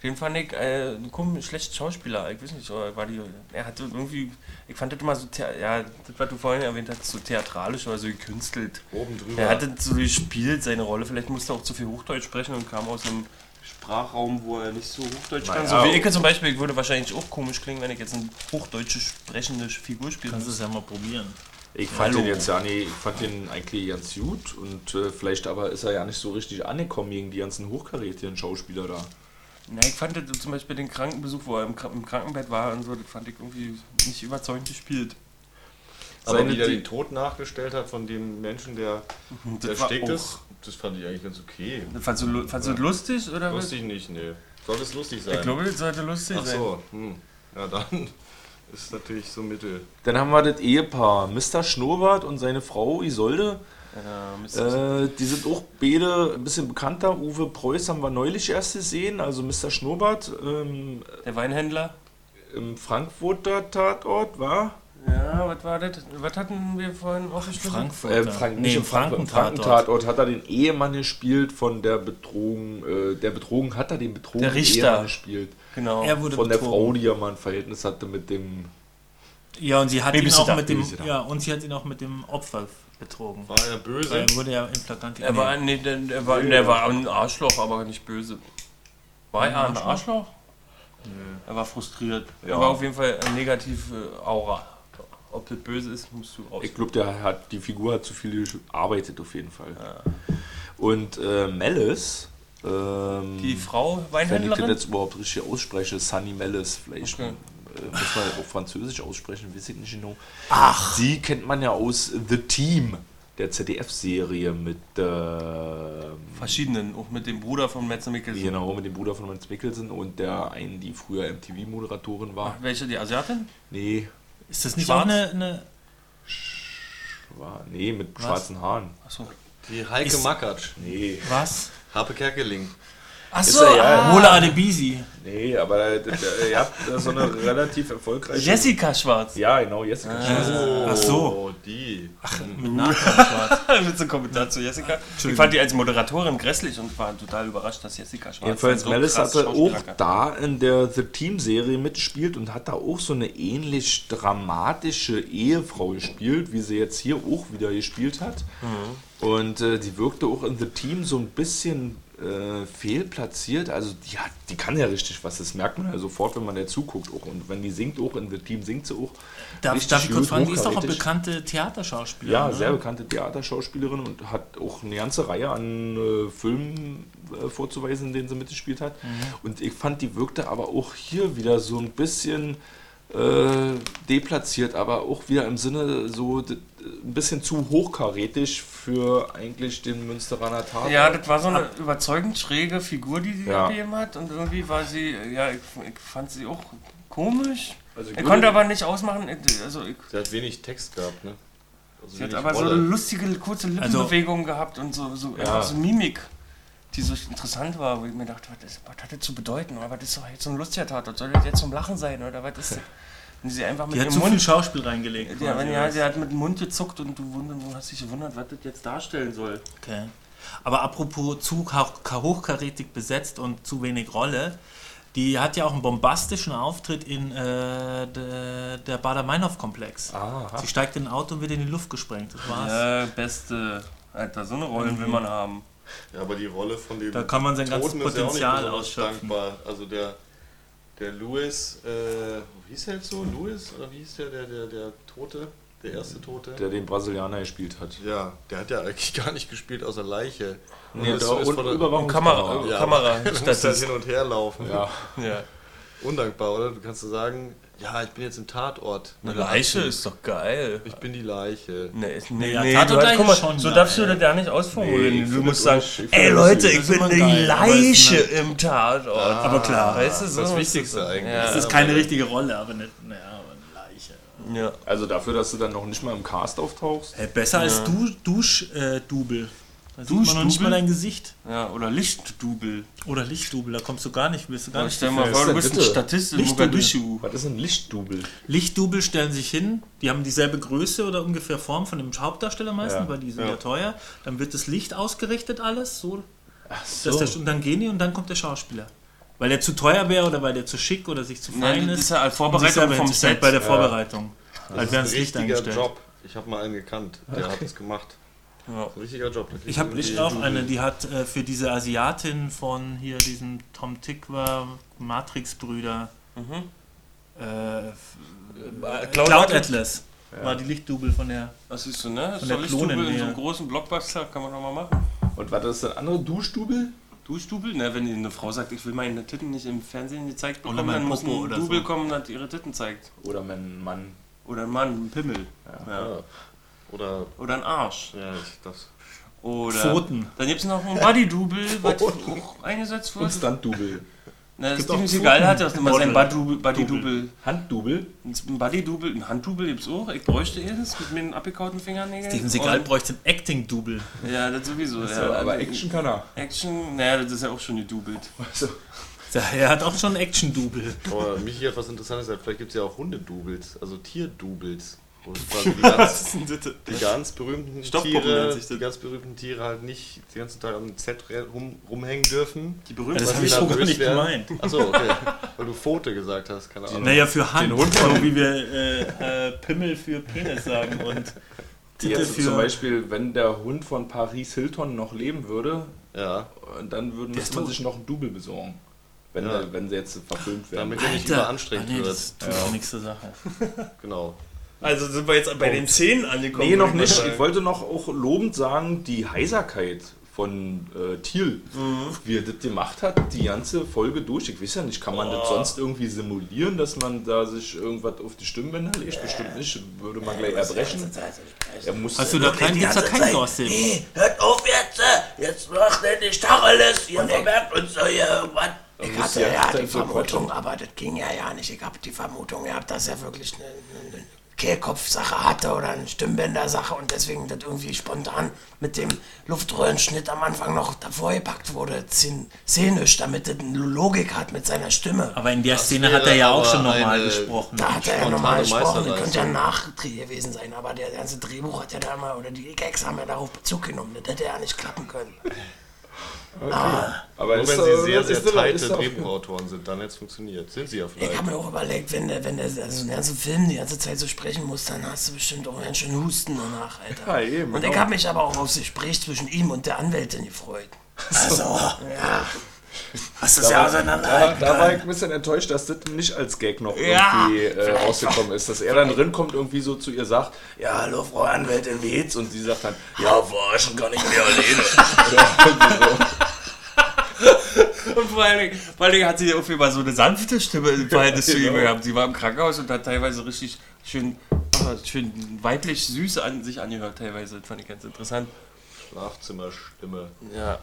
[SPEAKER 4] den fand ich äh, einen komischen, schlechten Schauspieler. Ich weiß nicht, oder war die, er hatte irgendwie, ich fand das immer so, thea- ja, das, was du vorhin erwähnt hast, so theatralisch oder so gekünstelt.
[SPEAKER 5] Oben drüber.
[SPEAKER 4] Er hatte so gespielt, seine Rolle. Vielleicht musste er auch zu viel Hochdeutsch sprechen und kam aus einem Sprachraum, wo er nicht so Hochdeutsch kann. So
[SPEAKER 2] Naja.
[SPEAKER 4] wie ich zum Beispiel, ich würde wahrscheinlich auch komisch klingen, wenn ich jetzt eine hochdeutsche sprechende Figur spiele.
[SPEAKER 6] Kannst du es ja mal probieren.
[SPEAKER 2] Ich fand
[SPEAKER 4] Hallo.
[SPEAKER 2] den jetzt ja nicht, ich fand den eigentlich ganz gut und äh, vielleicht aber ist er ja nicht so richtig angekommen gegen die ganzen hochkarätigen Schauspieler da.
[SPEAKER 4] Na, ich fand das zum Beispiel den Krankenbesuch, wo er im, Kra- im Krankenbett war und so, das fand ich irgendwie nicht überzeugend gespielt.
[SPEAKER 5] aber
[SPEAKER 2] seine
[SPEAKER 5] wie der
[SPEAKER 2] die-
[SPEAKER 5] den Tod nachgestellt hat von dem Menschen, der
[SPEAKER 4] Und das
[SPEAKER 5] erstickt
[SPEAKER 4] war
[SPEAKER 5] ist, das fand ich eigentlich ganz okay.
[SPEAKER 4] auch- Fandst du, lu- fandst du das lustig oder was?
[SPEAKER 5] Lustig nicht, nee. Sollte es lustig sein.
[SPEAKER 4] Ich glaube, das sollte lustig
[SPEAKER 5] Ach
[SPEAKER 4] sein.
[SPEAKER 5] so, hm. ja dann ist natürlich so Mittel.
[SPEAKER 2] Dann haben wir das Ehepaar, Mr. Schnurrbart und seine Frau Isolde.
[SPEAKER 4] Ja, Mr.
[SPEAKER 2] Äh, die sind auch beide ein bisschen bekannter. Uwe Preuß haben wir neulich erst gesehen, also Mr. Schnurrbart ähm,
[SPEAKER 4] der Weinhändler.
[SPEAKER 2] im Frankfurter Tatort war.
[SPEAKER 4] Ja, was war das? Was hatten wir vorhin aufgeschrieben?
[SPEAKER 6] Frankfurt.
[SPEAKER 2] Äh, Frank,
[SPEAKER 6] nee,
[SPEAKER 2] nicht
[SPEAKER 6] im
[SPEAKER 2] im Franken
[SPEAKER 6] Frankentatort.
[SPEAKER 2] Franken-Tatort hat er den Ehemann gespielt von der Betrogen, äh, der Betrogen hat er den Betrogen
[SPEAKER 4] Der Richter.
[SPEAKER 2] Ehemann gespielt.
[SPEAKER 4] Genau.
[SPEAKER 6] Er wurde
[SPEAKER 2] Von der
[SPEAKER 6] betrogen.
[SPEAKER 2] Frau, die ja mal ein Verhältnis hatte mit dem.
[SPEAKER 6] Ja, und sie hat ihn
[SPEAKER 4] Babysitter,
[SPEAKER 6] auch mit dem
[SPEAKER 5] Babysitter.
[SPEAKER 6] ja, und sie hat ihn auch mit dem Opfer betrogen.
[SPEAKER 5] War er böse?
[SPEAKER 6] Weil er wurde ja implantant.
[SPEAKER 4] Er war, nee, der, der, war, der war ein Arschloch, aber nicht böse. War er ein Arschloch? Er war frustriert.
[SPEAKER 2] Ja.
[SPEAKER 4] Er war auf jeden Fall eine negative Aura. Ob das böse ist, musst du raus.
[SPEAKER 2] Ich glaube, der hat die Figur hat zu viel gearbeitet auf jeden Fall. Und äh, Mellis, ähm,
[SPEAKER 4] Die Frau
[SPEAKER 2] wenn ich das
[SPEAKER 4] Weinhändlerin?
[SPEAKER 2] jetzt überhaupt richtig ausspreche, Sunny Mellis, vielleicht
[SPEAKER 4] Okay.
[SPEAKER 2] äh, muss man auch Französisch aussprechen, weiß ich nicht genau. Ach. Die kennt man ja aus The Team. der ZDF-Serie mit, äh,
[SPEAKER 4] Verschiedenen, auch mit dem Bruder von Metzner Mikkelsen.
[SPEAKER 2] genau, mit dem Bruder von Mats Mikkelsen und der einen, die früher MTV-Moderatorin war.
[SPEAKER 4] Welche, die Asiatin?
[SPEAKER 2] Nee,
[SPEAKER 6] Ist das nicht
[SPEAKER 4] Schwarz?
[SPEAKER 6] auch eine. eine
[SPEAKER 2] war, nee, mit schwarzen Haaren.
[SPEAKER 4] Achso.
[SPEAKER 8] Die Heike Makatsch.
[SPEAKER 2] Nee,
[SPEAKER 6] was?
[SPEAKER 8] Harpe Kerkeling.
[SPEAKER 6] Achso,
[SPEAKER 2] ja, ja.
[SPEAKER 6] ah, Mola Adebisi.
[SPEAKER 2] nee, aber äh, ihr habt da so eine relativ erfolgreiche...
[SPEAKER 4] Jessica Schwarz.
[SPEAKER 2] Ja, genau, Jessica.
[SPEAKER 6] Ah.
[SPEAKER 8] Oh,
[SPEAKER 6] Ach so.
[SPEAKER 8] die.
[SPEAKER 6] Mit Nachnamen Schwarz.
[SPEAKER 4] Mit so einem Kommentar zu Jessica. Ich fand die als Moderatorin grässlich und war total überrascht, dass Jessica Schwarz
[SPEAKER 2] Jedenfalls,
[SPEAKER 4] so
[SPEAKER 2] Mellis
[SPEAKER 4] krass
[SPEAKER 2] hatte auch
[SPEAKER 4] Schauspieler kann.
[SPEAKER 2] da in der The Team-Serie mitgespielt und hat da auch so eine ähnlich dramatische Ehefrau gespielt, wie sie jetzt hier auch wieder gespielt hat.
[SPEAKER 6] Mhm.
[SPEAKER 2] Und äh, die wirkte auch in The Team so ein bisschen äh, fehlplatziert. Also die, hat, die kann ja richtig was, das merkt man ja sofort, wenn man der zuguckt auch. Und wenn die singt auch, in The Team singt sie auch.
[SPEAKER 6] Darf,
[SPEAKER 2] Richtig
[SPEAKER 6] darf ich kurz
[SPEAKER 2] gut,
[SPEAKER 6] fragen, die ist doch eine
[SPEAKER 2] hochkarätig.
[SPEAKER 6] bekannte Theaterschauspielerin.
[SPEAKER 2] Ja,
[SPEAKER 6] ne?
[SPEAKER 2] sehr bekannte Theaterschauspielerin und hat auch eine ganze Reihe an äh, Filmen äh, vorzuweisen, in denen sie mitgespielt hat. Und ich fand, die wirkte aber auch hier wieder so ein bisschen äh, deplatziert, aber auch wieder im Sinne so d- ein bisschen zu hochkarätisch für eigentlich den Münsteraner Tatort.
[SPEAKER 4] Ja, das war so eine überzeugend schräge Figur, die sie
[SPEAKER 2] Ja.
[SPEAKER 4] gegeben hat. Und irgendwie war sie, ja, ich, ich fand sie auch komisch.
[SPEAKER 8] Also
[SPEAKER 4] Ich konnte aber nicht ausmachen, ich- also ich,
[SPEAKER 8] Sie hat wenig Text gehabt, ne? Also
[SPEAKER 4] sie hat
[SPEAKER 8] wenig
[SPEAKER 4] aber so
[SPEAKER 8] Rolle.
[SPEAKER 4] lustige, kurze Lippenbewegungen gehabt und so, so, einfach so Mimik, die so interessant war, wo ich mir dachte, was, ist, was hat das zu bedeuten? Oder was ist doch jetzt so ein lustiger Tatort? Soll das jetzt zum Lachen sein? Oder was ist das? Wenn sie einfach mit
[SPEAKER 6] Die hat
[SPEAKER 4] ihrem
[SPEAKER 6] zu viel
[SPEAKER 4] Mund
[SPEAKER 6] Schauspiel reingelegt.
[SPEAKER 4] Ja, wenn, halt
[SPEAKER 6] quasi,
[SPEAKER 4] ja,
[SPEAKER 6] oder?
[SPEAKER 4] sie hat mit dem Mund gezuckt und du wund- du hast dich gewundert, was das jetzt darstellen soll.
[SPEAKER 6] Okay. Aber apropos zu hoch- hochkarätig besetzt und zu wenig Rolle, die hat ja auch einen bombastischen Auftritt in äh, de, der
[SPEAKER 5] Ah.
[SPEAKER 6] Bader-Meinhof-Komplex. Sie steigt in ein Auto und wird in die Luft gesprengt. Das war's.
[SPEAKER 4] Ja, beste. Alter, so eine Rollen will man haben.
[SPEAKER 5] Ja, aber die Rolle von dem.
[SPEAKER 6] Da kann man sein ganzes
[SPEAKER 5] Toten ist ja auch nicht
[SPEAKER 6] Potenzial
[SPEAKER 5] besonders
[SPEAKER 6] ausschöpfen.
[SPEAKER 5] Dankbar. Also der, der Louis, äh, wie hieß der jetzt so? Louis? Oder wie hieß der? Der, der, der Tote? Der erste Tote?
[SPEAKER 2] Der den Brasilianer gespielt hat.
[SPEAKER 5] ja, der hat ja eigentlich gar nicht gespielt außer Leiche. Und
[SPEAKER 2] Nee,
[SPEAKER 5] ist-
[SPEAKER 2] da
[SPEAKER 5] ist
[SPEAKER 2] und
[SPEAKER 5] von der-
[SPEAKER 2] Überwachung-
[SPEAKER 4] Kamera,
[SPEAKER 5] Ja,
[SPEAKER 4] Kamera.
[SPEAKER 5] Du musst halt hin und her laufen.
[SPEAKER 2] Ja.
[SPEAKER 4] Ja.
[SPEAKER 5] Undankbar, oder? Du kannst so sagen, ja, ich bin jetzt im Tatort.
[SPEAKER 4] Eine Leiche ist doch geil.
[SPEAKER 5] Ich bin die Leiche.
[SPEAKER 4] Nee, ist, nee,
[SPEAKER 6] ja,
[SPEAKER 4] nee,
[SPEAKER 6] Tatort
[SPEAKER 4] du hast,
[SPEAKER 6] eigentlich
[SPEAKER 4] guck mal,
[SPEAKER 6] schon
[SPEAKER 4] so
[SPEAKER 6] geil.
[SPEAKER 4] darfst du das ja nicht ausformulieren.
[SPEAKER 5] Nee, ich
[SPEAKER 4] du
[SPEAKER 5] find
[SPEAKER 4] musst
[SPEAKER 5] das
[SPEAKER 4] sagen,
[SPEAKER 5] unsch- ich find
[SPEAKER 4] ey
[SPEAKER 5] das
[SPEAKER 4] Leute,
[SPEAKER 5] süß."
[SPEAKER 4] ich
[SPEAKER 6] Das ist
[SPEAKER 4] bin
[SPEAKER 6] immer
[SPEAKER 4] eine
[SPEAKER 6] geil, aber es ist
[SPEAKER 4] Leiche
[SPEAKER 6] eine-
[SPEAKER 4] im Tatort.
[SPEAKER 6] aber klar,
[SPEAKER 4] ne? weißt du, so
[SPEAKER 5] das
[SPEAKER 4] ist
[SPEAKER 5] Wichtigste
[SPEAKER 4] es.
[SPEAKER 5] eigentlich.
[SPEAKER 4] Ja.
[SPEAKER 6] das ist keine richtige Rolle, aber eine, naja, aber eine Leiche.
[SPEAKER 4] Ja.
[SPEAKER 2] Also dafür, dass du dann noch nicht mal im Cast auftauchst.
[SPEAKER 6] Hey, Äh, besser als du, Duschdubel. da sieht man noch nicht
[SPEAKER 4] Duschdubel?
[SPEAKER 6] mal dein Gesicht.
[SPEAKER 4] ja, oder Lichtdubel.
[SPEAKER 6] Oder Lichtdubel, da kommst du gar nicht, wirst du gar
[SPEAKER 5] Oh,
[SPEAKER 4] Ja,
[SPEAKER 6] nicht.
[SPEAKER 4] stell dir mal vor, du bist ein
[SPEAKER 2] Bitte.
[SPEAKER 4] Statist in
[SPEAKER 6] Lichtdubel.
[SPEAKER 4] Mogadischu.
[SPEAKER 2] Was ist ein Lichtdubel?
[SPEAKER 6] Lichtdubel stellen sich hin, die haben dieselbe Größe oder ungefähr Form von dem Hauptdarsteller meistens, weil die sind ja. teuer. Dann wird das Licht ausgerichtet, alles so. Dass der, und dann gehen die und dann kommt der Schauspieler. Weil der zu teuer wäre oder weil der zu schick oder sich zu fein
[SPEAKER 4] Nein, das
[SPEAKER 6] ist.
[SPEAKER 4] ist ja
[SPEAKER 6] um
[SPEAKER 4] als
[SPEAKER 6] sich
[SPEAKER 4] Vorbereitung
[SPEAKER 6] selber
[SPEAKER 4] vom
[SPEAKER 6] hinzustellen
[SPEAKER 4] Set.
[SPEAKER 6] Bei der Vorbereitung. Als
[SPEAKER 5] Das
[SPEAKER 6] wären
[SPEAKER 5] ist
[SPEAKER 6] das
[SPEAKER 5] ein
[SPEAKER 6] Licht
[SPEAKER 5] richtiger
[SPEAKER 6] eingestellt.
[SPEAKER 5] Job. Ich habe mal einen gekannt, der hat es gemacht.
[SPEAKER 4] Ja.
[SPEAKER 5] Ein richtiger Job. Da kriegst
[SPEAKER 6] Ich
[SPEAKER 5] du
[SPEAKER 6] habe
[SPEAKER 5] irgendwie-
[SPEAKER 6] nicht auch eine, die hat äh, für diese Asiatin von hier diesem Tom Tick war Matrix-Brüder.
[SPEAKER 4] Mhm.
[SPEAKER 6] Äh, f-
[SPEAKER 4] Äh,
[SPEAKER 6] Cloud,
[SPEAKER 4] Cloud
[SPEAKER 6] Atlas. War die Lichtdubel von der.
[SPEAKER 4] Das ist so, ne? Das
[SPEAKER 6] Von
[SPEAKER 4] ist
[SPEAKER 6] der
[SPEAKER 4] doch Lichtdubel in so
[SPEAKER 6] Klonennähe.
[SPEAKER 4] einem großen Blockbuster, kann man doch mal machen.
[SPEAKER 2] Und was ist ein anderer Duschdubel?
[SPEAKER 4] Duschdubel? Na, wenn eine Frau sagt, ich will meine Titten nicht im Fernsehen gezeigt
[SPEAKER 6] Oder
[SPEAKER 4] bekommen,
[SPEAKER 6] mein
[SPEAKER 4] dann muss
[SPEAKER 6] Popo
[SPEAKER 4] ein
[SPEAKER 6] oder
[SPEAKER 4] Dubel
[SPEAKER 6] so.
[SPEAKER 4] kommen, das ihre Titten zeigt.
[SPEAKER 2] Oder mein Mann.
[SPEAKER 4] Oder ein Mann, ein Pimmel. Ja.
[SPEAKER 5] Ja. Oder,
[SPEAKER 4] Oder ein Arsch.
[SPEAKER 5] ja, ich, das.
[SPEAKER 4] Oder
[SPEAKER 6] Pfoten.
[SPEAKER 4] Dann gibt es noch ein Buddy-Dubel, was auch eingesetzt
[SPEAKER 2] Und
[SPEAKER 4] wird.
[SPEAKER 2] Stunt-Dubel.
[SPEAKER 4] Na,
[SPEAKER 6] gibt
[SPEAKER 4] Steven
[SPEAKER 6] auch
[SPEAKER 4] Seagal
[SPEAKER 6] Pfoten-
[SPEAKER 4] hat ja auch immer
[SPEAKER 6] Model.
[SPEAKER 4] sein Buddy-Dubel. Buddy-Dubel.
[SPEAKER 2] Handdubel?
[SPEAKER 4] Ein Buddy-Dubel, ein Handdubel gibt es auch. Ich bräuchte eines mit meinen abgekauten Fingernägeln.
[SPEAKER 6] Steven Seagal
[SPEAKER 4] Und-
[SPEAKER 6] bräuchte ein Acting-Double.
[SPEAKER 4] Ja, das sowieso. ja. Also,
[SPEAKER 2] aber Action kann er. Also,
[SPEAKER 4] Action, naja, das ist ja auch schon gedubelt.
[SPEAKER 6] Er hat auch schon ein Action-Double.
[SPEAKER 5] Aber mich hier hat was Interessantes gesagt. Vielleicht gibt es ja auch Hunde-Doubles, also Tier-Doubles. Wo es quasi die ganz, die ganz berühmten
[SPEAKER 4] Stoffpuppen nennt
[SPEAKER 5] Tiere,
[SPEAKER 4] sich das.
[SPEAKER 5] die ganz berühmten Tiere halt nicht den ganzen Tag am Set re- rum, rumhängen dürfen.
[SPEAKER 4] Die
[SPEAKER 6] Ja,
[SPEAKER 4] berühmte
[SPEAKER 6] das
[SPEAKER 5] weil
[SPEAKER 6] habe
[SPEAKER 5] sie
[SPEAKER 6] ich so gar
[SPEAKER 5] nervös
[SPEAKER 6] nicht
[SPEAKER 5] werden.
[SPEAKER 6] gemeint.
[SPEAKER 5] Achso, okay. Weil du Pfote gesagt hast, keine Ahnung.
[SPEAKER 6] Naja, für Hand, so wie wir äh, äh, Pimmel für Penis sagen und Titel
[SPEAKER 2] Jetzt zum
[SPEAKER 6] für.
[SPEAKER 2] Beispiel, wenn der Hund von Paris Hilton noch leben würde,
[SPEAKER 5] Ja,
[SPEAKER 2] äh, dann würden müsste man sich noch ein Double besorgen. Wenn,
[SPEAKER 5] Ja.
[SPEAKER 2] der- wenn sie jetzt verfilmt werden.
[SPEAKER 5] damit er nicht
[SPEAKER 6] ah,
[SPEAKER 5] überanstrengend
[SPEAKER 6] nee,
[SPEAKER 5] wird.
[SPEAKER 6] das tut doch nichts zur Sache.
[SPEAKER 5] Genau.
[SPEAKER 4] Also sind wir jetzt bei den Zähnen angekommen.
[SPEAKER 2] nee, noch
[SPEAKER 4] würde ich
[SPEAKER 2] nicht.
[SPEAKER 4] mal sagen.
[SPEAKER 2] Ich wollte noch auch lobend sagen, die Heiserkeit von äh, Thiel, wie er das gemacht hat, die ganze Folge durch. Ich weiß ja nicht, kann man das sonst irgendwie simulieren, dass man da sich irgendwas auf die Stimmbänder legt? Bestimmt nicht, würde man gleich erbrechen. Er muss
[SPEAKER 3] Hast du da keinen, gibt's da keinen Gossip?
[SPEAKER 9] Hört auf jetzt! äh, Jetzt macht endlich Tacheles! Ihr vermerkt uns doch hier irgendwas! Ich
[SPEAKER 2] muss
[SPEAKER 9] hatte
[SPEAKER 2] ja
[SPEAKER 9] ja
[SPEAKER 2] sein
[SPEAKER 9] die
[SPEAKER 2] Verbot-
[SPEAKER 9] Vermutung, aber das ging ja ja nicht. Ich habe die Vermutung gehabt, dass er wirklich eine, eine, eine Kehlkopfsache hatte oder eine Stimmbändersache und deswegen das irgendwie spontan mit dem Luftröhrenschnitt am Anfang noch davor gepackt wurde, zehn- szenisch, damit das eine Logik hat mit seiner Stimme.
[SPEAKER 6] Aber in der Szene hat
[SPEAKER 8] wäre
[SPEAKER 6] er ja auch
[SPEAKER 8] aber
[SPEAKER 6] schon normal
[SPEAKER 8] eine-
[SPEAKER 6] gesprochen.
[SPEAKER 9] Da hat er ja
[SPEAKER 8] Spontane
[SPEAKER 9] normal gesprochen, das
[SPEAKER 8] Meisterleistung.
[SPEAKER 9] könnte ja ein Nachdreh gewesen sein, aber der ganze Drehbuch hat ja da mal, oder die Gags haben ja darauf Bezug genommen, das hätte ja nicht klappen können.
[SPEAKER 2] Aber
[SPEAKER 8] Nur
[SPEAKER 2] ist
[SPEAKER 8] wenn
[SPEAKER 2] da-
[SPEAKER 8] sie sehr,
[SPEAKER 2] ist
[SPEAKER 8] sehr
[SPEAKER 2] da-
[SPEAKER 8] teite
[SPEAKER 2] ist da-
[SPEAKER 8] Drehbuchautoren sind, dann hätte es funktioniert. Sind sie ja
[SPEAKER 9] Ich
[SPEAKER 8] vielleicht.
[SPEAKER 9] habe mir auch überlegt, wenn der, wenn der also den ganzen Film die ganze Zeit so sprechen muss, dann hast du bestimmt auch einen schönen Husten danach, Alter.
[SPEAKER 2] Ja, eben,
[SPEAKER 9] und ich habe mich aber auch aufs Gespräch zwischen ihm und der Anwältin gefreut.
[SPEAKER 6] Hast du es ja
[SPEAKER 2] Da,
[SPEAKER 6] auseinander?
[SPEAKER 2] da war ich ein bisschen enttäuscht, dass das nicht als Gag noch irgendwie äh, rausgekommen ist. Dass er dann drin kommt, irgendwie so zu ihr sagt: Ja, hallo, Frau Anwältin, wie geht's? Und sie sagt dann: Ja, verarschen kann ich mir alleine.
[SPEAKER 4] Und vor allen, Dingen, vor allen Dingen hat sie ja irgendwie mal so eine sanfte Stimme im Verhältnis zu ihm gehabt. Sie war im Krankenhaus und hat teilweise richtig schön, ah, schön weiblich süß an sich angehört teilweise. Das fand ich ganz interessant.
[SPEAKER 8] Schlafzimmerstimme.
[SPEAKER 4] Ja.